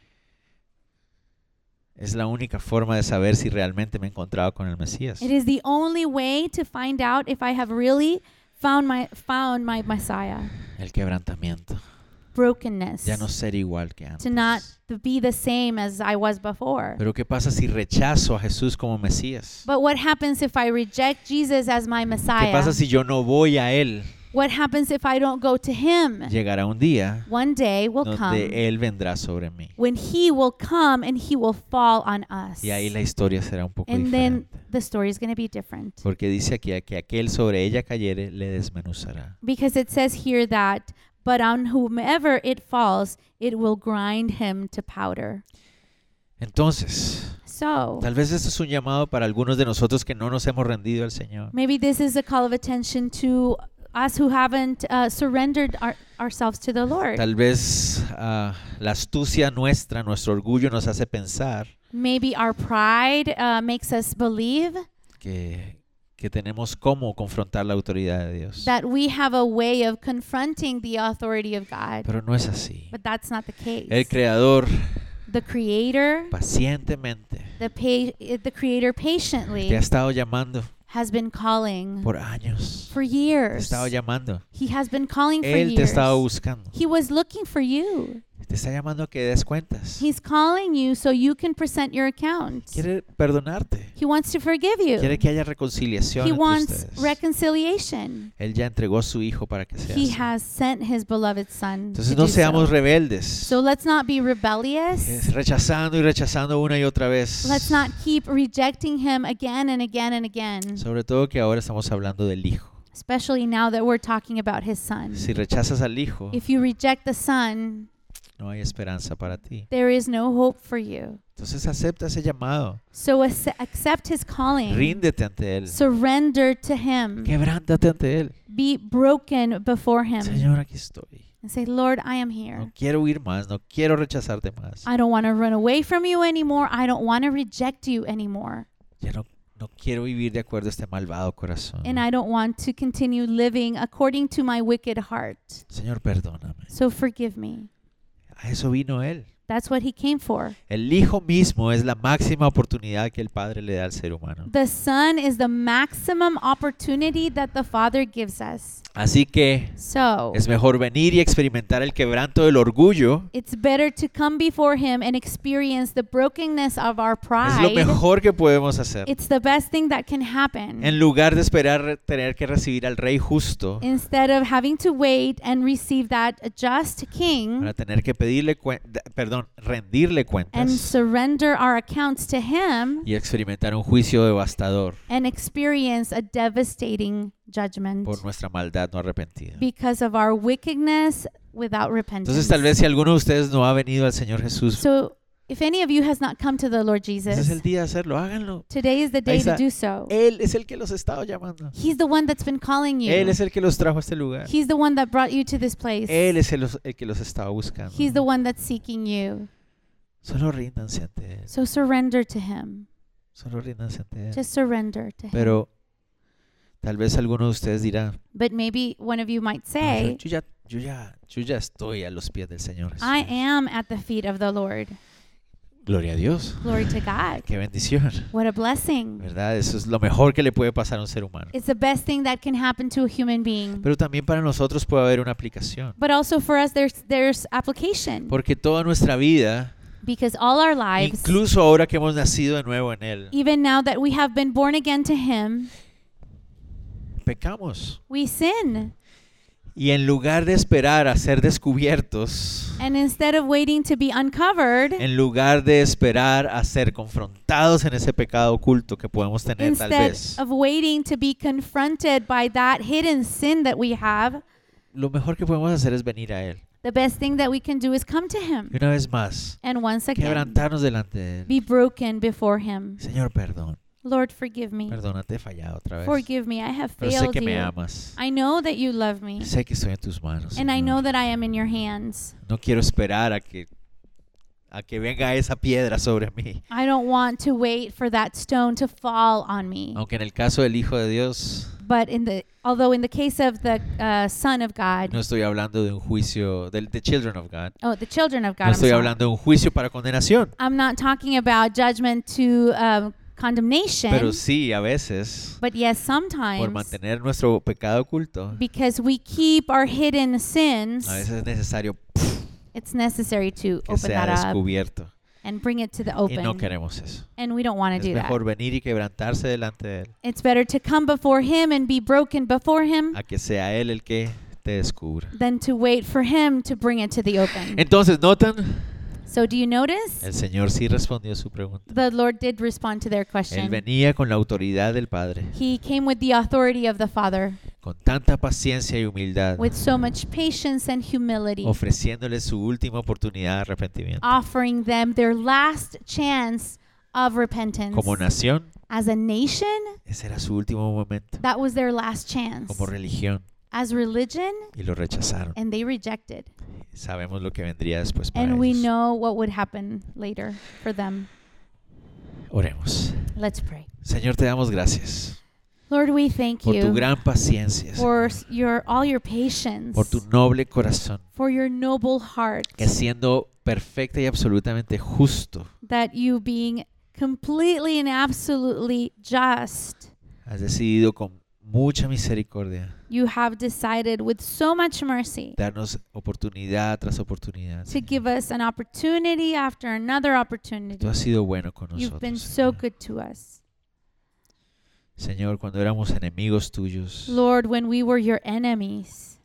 Es la única forma de saber si realmente me he encontrado con el Mesías.
It is the only way to find out if I have really found my found my Messiah.
El quebrantamiento.
Brokenness.
Ya no ser igual que antes.
to not to be the same as I was before.
Pero ¿qué pasa si rechazo a Jesús como Mesías?
But what happens if I reject Jesus as my
¿Qué
Messiah?
pasa si yo no voy a Él?
What happens if I don't go to him?
Llegará un día
One day will come
donde Él vendrá sobre mí.
when he will come and he will fall on us.
Y ahí la historia será un poco
and then
diferente.
the story is going to be different.
Porque dice aquí que aquel sobre ella cayere le desmenuzará.
Because it says here that, but on whomever it falls, it will grind him to powder.
Entonces,
So
tal vez esto es un llamado para algunos de nosotros que no nos hemos rendido al Señor.
maybe this is a call of attention to us who haven't uh, surrendered our, ourselves to the Lord.
Tal vez ah, la astucia nuestra, nuestro orgullo nos hace pensar
Maybe our pride uh, makes us believe
que, que tenemos cómo confrontar la autoridad de Dios.
that we have a way of confronting the authority of God.
Pero no es así.
But that's not the
El
case.
Creador
The Creator,
pacientemente
the, pa- the Creator
te ha
patiently
estado llamando
has been calling
por años.
for
Te ha
years.
estado llamando.
He has been calling for
Él te ha estado
years.
buscando.
He was looking for you.
Te está llamando a que des cuentas.
He's calling you so you can present your account.
Quiere perdonarte.
He wants to forgive you.
Quiere que haya reconciliación
He
entre
wants
ustedes.
reconciliation.
Él ya entregó a su hijo para que sea
He has sent his beloved son. to
Entonces no
do so.
seamos rebeldes.
So let's not be rebellious.
Es rechazando y rechazando una y otra vez.
Let's not keep rejecting him again and again and again,
Sobre todo que ahora estamos hablando del hijo.
especially now that we're talking about his son.
Si rechazas al hijo,
If you reject the son,
no hay esperanza para ti.
there is no hope for you.
Entonces acepta ese llamado.
So ac- accept his calling.
Ríndete ante él.
Surrender to him.
Quebrántate ante él.
Be broken before him.
Señor, aquí estoy.
And say, Lord, I am
No
here.
quiero huir más, no quiero rechazarte más.
I don't want to run away from you anymore. I don't want to reject you anymore.
Ya no, no quiero vivir de acuerdo a este malvado corazón.
And I don't want to continue living according to my wicked heart.
Señor, perdóname.
So forgive me.
A eso vino él.
That's what he came for.
El hijo mismo es la máxima oportunidad que el padre le da al ser humano.
The Son is the maximum opportunity that the Father gives us.
Así que
So
es mejor venir y experimentar el quebranto del orgullo.
it's better to come before Him and experience the brokenness of our
Es lo
pride.
mejor que podemos hacer.
It's the best thing that can happen.
En lugar de esperar re- tener que recibir al rey justo,
Instead of having to wait and receive that just
para
King
tener que pedirle, cuen- de- perdón, rendirle
and
cuentas
surrender our accounts to Him
y experimentar un juicio devastador
and experience a devastating judgment
por nuestra maldad no arrepentida.
because of our wickedness without
Entonces
repentance.
tal vez si alguno de ustedes no ha venido al Señor Jesús,
So if any of you has not come to the Lord
ese es el
Jesus,
día de hacerlo, háganlo.
Today is the day to
está.
do so.
Él es el que los ha estado llamando.
He's the one that's been calling
Él
you.
es el que los trajo a este lugar.
He's the one that brought you to this place.
Él es el, el que los estaba buscando.
He's the one that's seeking you.
Solo ríndanse ante Él.
So surrender to Him.
Solo ríndanse ante Él.
Just surrender to Him.
Pero tal vez alguno de ustedes dirá,
But maybe one of you might
"No, yo,
say,
yo ya, yo, ya, yo ya estoy a los pies del Señor. Jesús".
I am at the feet of the Lord.
Gloria a Dios.
Glory to God.
Qué bendición.
What a blessing.
¿Verdad? Eso es lo mejor que le puede pasar a un ser humano.
It's the best thing that can happen to a human being.
Pero también para nosotros puede haber una aplicación.
But also for us, there's, there's application.
Porque toda nuestra vida,
Because all our lives,
incluso ahora que hemos nacido de nuevo en Él,
even now that we have been born again to Him,
pecamos.
we sin.
Y en lugar de esperar a ser descubiertos,
And instead of waiting to be uncovered,
en lugar de esperar a ser confrontados en ese pecado oculto que podemos tener tal
instead
vez,
of waiting to be confronted by that hidden sin that we have,
lo mejor que podemos hacer es venir a Él.
the best thing that we can do is come to Him.
Y una vez más,
And once again,
quebrantarnos delante de Él.
be broken before Him.
Señor, perdón.
Lord, forgive me.
Perdónate, he fallado otra vez.
Forgive me. I have
Pero sé
failed
que me
you.
amas.
I know that you love me.
Sé que estoy en tus manos.
And I
Señor.
know that I am in your hands.
No quiero esperar a que a que venga esa piedra sobre mí.
I don't want to wait for that stone to fall on me.
Aunque en el caso del Hijo de Dios
But in the although in the case of the uh, Son of God,
no estoy hablando de un juicio del de Children of God.
oh, the children of
No
God, I'm,
estoy
sorry.
hablando de un juicio para condenación,
I'm not talking about judgment to um, condemnation.
pero sí a veces
but yes,
por
sometimes
mantener nuestro pecado oculto,
because we keep our hidden sins,
a veces es necesario
it's necessary to
que
open
sea
that up
descubierto
and bring it to the
y
open.
no queremos eso.
and we don't want
Es
to do that.
mejor venir y quebrantarse delante de él,
It's better to come before Him and be broken before Him
a que sea él el que te descubra.
than to wait for Him to bring it to the open.
Entonces, notan,
So, do you notice?
el Señor sí respondió su pregunta.
The Lord did respond to their
Él
question.
venía con la autoridad del Padre,
He came with the authority of the Father,
con tanta paciencia y humildad,
with so much patience and humility,
ofreciéndole su última oportunidad de arrepentimiento.
offering them their last chance of repentance.
Como nación,
As a nation,
ese era su último momento.
that was their last chance.
Como religión,
As religion,
y lo rechazaron.
and they rejected.
Sabemos lo que vendría después para
And we
ellos.
know what would happen later for them.
Oremos.
Let's pray.
Señor, te damos gracias
Lord, we thank
por tu
you
gran paciencia, Señor,
for s- your all your patience,
por tu noble corazón,
for your noble heart,
que siendo perfecta y absolutamente justo,
that you being completely and absolutely just,
has decidido con mucha misericordia
you have decided with so much mercy
darnos oportunidad tras oportunidad.
to
Señor.
give us an opportunity after another
Tú
opportunity.
has sido bueno con
You've been
nosotros.
so
Señor.
good to us.
Señor, cuando éramos enemigos tuyos,
Lord, when we were your enemies,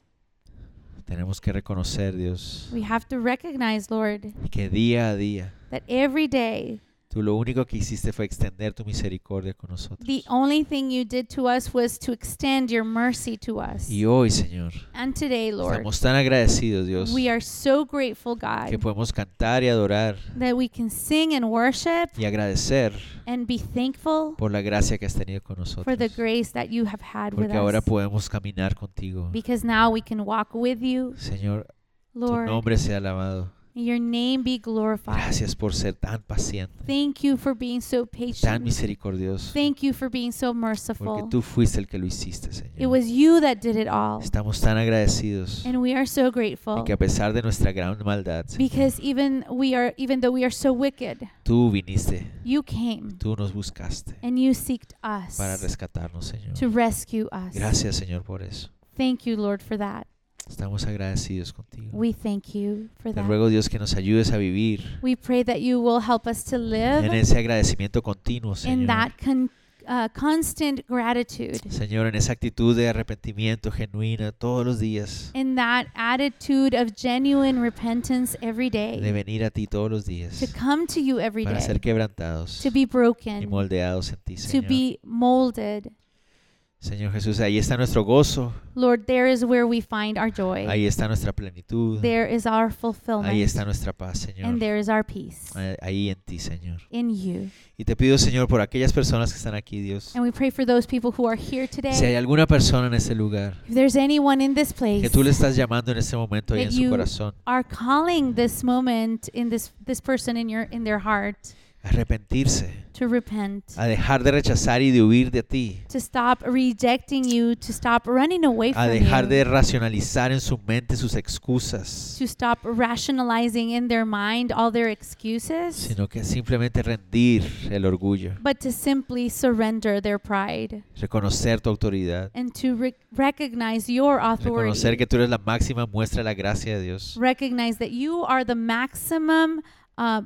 tenemos que reconocer, Dios,
we have to recognize, Lord,
que día a día
that every day
tú lo único que hiciste fue extender tu misericordia con nosotros.
the only thing you did to us was to extend your mercy to us.
Y hoy, Señor,
And today, Lord,
estamos tan agradecidos, Dios,
we are so grateful,
que
God,
podemos cantar y adorar
that we can sing and worship
y agradecer
and be thankful
por la gracia que has tenido con
for
nosotros.
the grace that you have had with
Porque ahora
us.
podemos caminar contigo.
Because now we can walk with you,
Señor, tu
Lord.
nombre sea alabado.
May your name be glorified.
Gracias por ser tan paciente,
Thank you for being so
tan
patient.
misericordioso,
Thank you for being so
porque
merciful.
tú fuiste el que lo hiciste,
It
Señor.
was you that did it all.
Estamos tan agradecidos
And we are so
de
grateful
que a pesar de nuestra gran maldad, Señor,
because even we are even though we are so wicked,
tú viniste,
you came
tú nos buscaste
and you seeked
para
us
rescatarnos, Señor.
to rescue us.
Gracias, Señor, por eso.
Thank you, Lord, for that.
Estamos agradecidos contigo.
We thank you for
Te
that.
ruego, Dios, que nos ayudes a vivir
We pray that you will help us to
en
live
ese agradecimiento continuo,
in
Señor.
that con, uh, constant gratitude,
Señor, en esa actitud de arrepentimiento genuina todos los días,
in that attitude of genuine repentance every
de
day,
venir a ti todos los días
to come to you every
para
day,
ser quebrantados
to be
y
broken,
moldeados en ti,
to
Señor.
be molded.
Señor Jesús, ahí está nuestro gozo,
Lord, there is where we find our joy.
ahí está nuestra plenitud,
There is our
ahí
fulfillment.
está nuestra paz, Señor.
And there is our peace
Eh, Ahí en ti, Señor.
in you.
Y te pido, Señor, por aquellas personas que están aquí, Dios.
And we pray for those people who are here
Si hay
today.
alguna persona en este lugar
If there's anyone in this place
que tú le estás llamando en este momento y en
That
su
you-
corazón,
are calling this moment in this this person in your in their heart
a arrepentirse,
to repent,
a dejar de rechazar y de huir de ti,
to stop rejecting you, to stop running away
a
from
dejar de
you,
racionalizar en su mente sus excusas,
to stop rationalizing in their mind all their excuses,
sino que simplemente rendir el orgullo,
but to simply surrender their pride
reconocer tu autoridad,
and to re- recognize your
reconocer
authority.
que tú eres la máxima muestra de la gracia de Dios.
Recognize that you are the maximum uh,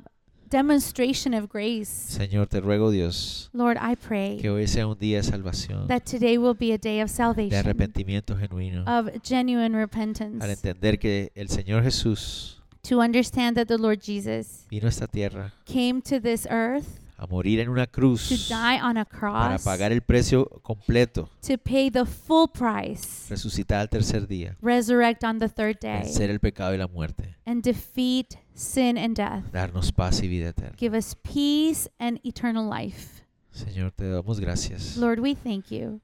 demonstration of grace.
Señor, te ruego, Dios,
Lord, I pray
que hoy sea un día de salvación,
that today will be a day of
de
salvation,
arrepentimiento genuino,
of genuine
al
repentance,
entender que el Señor Jesús
to understand that the Lord Jesus
vino a esta tierra
came to this earth
a morir en una
to
cruz
die on a
para
cross,
pagar el precio completo,
to pay the full price,
resucitar al tercer día,
resurrect on the third day,
vencer el pecado y la muerte,
and defeat sin and death.
darnos paz y vida eterna.
Give us peace and eternal life.
Señor, te damos gracias
Lord, we thank you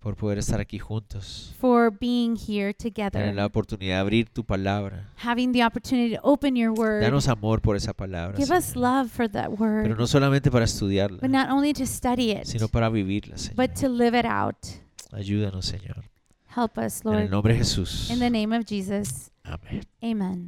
por poder estar aquí juntos,
for being here
tener la
together,
oportunidad de abrir tu palabra.
having the opportunity to open your word.
Danos amor por esa palabra,
Give us
Señor.
love for that
pero
word,
no solamente para
but
estudiarla,
not only to study it,
sino para vivirla, Señor.
but to live it out.
Ayúdanos, Señor.
Help us,
En el
Lord.
nombre de Jesús.
In the name of Jesus,
Amén.
amen.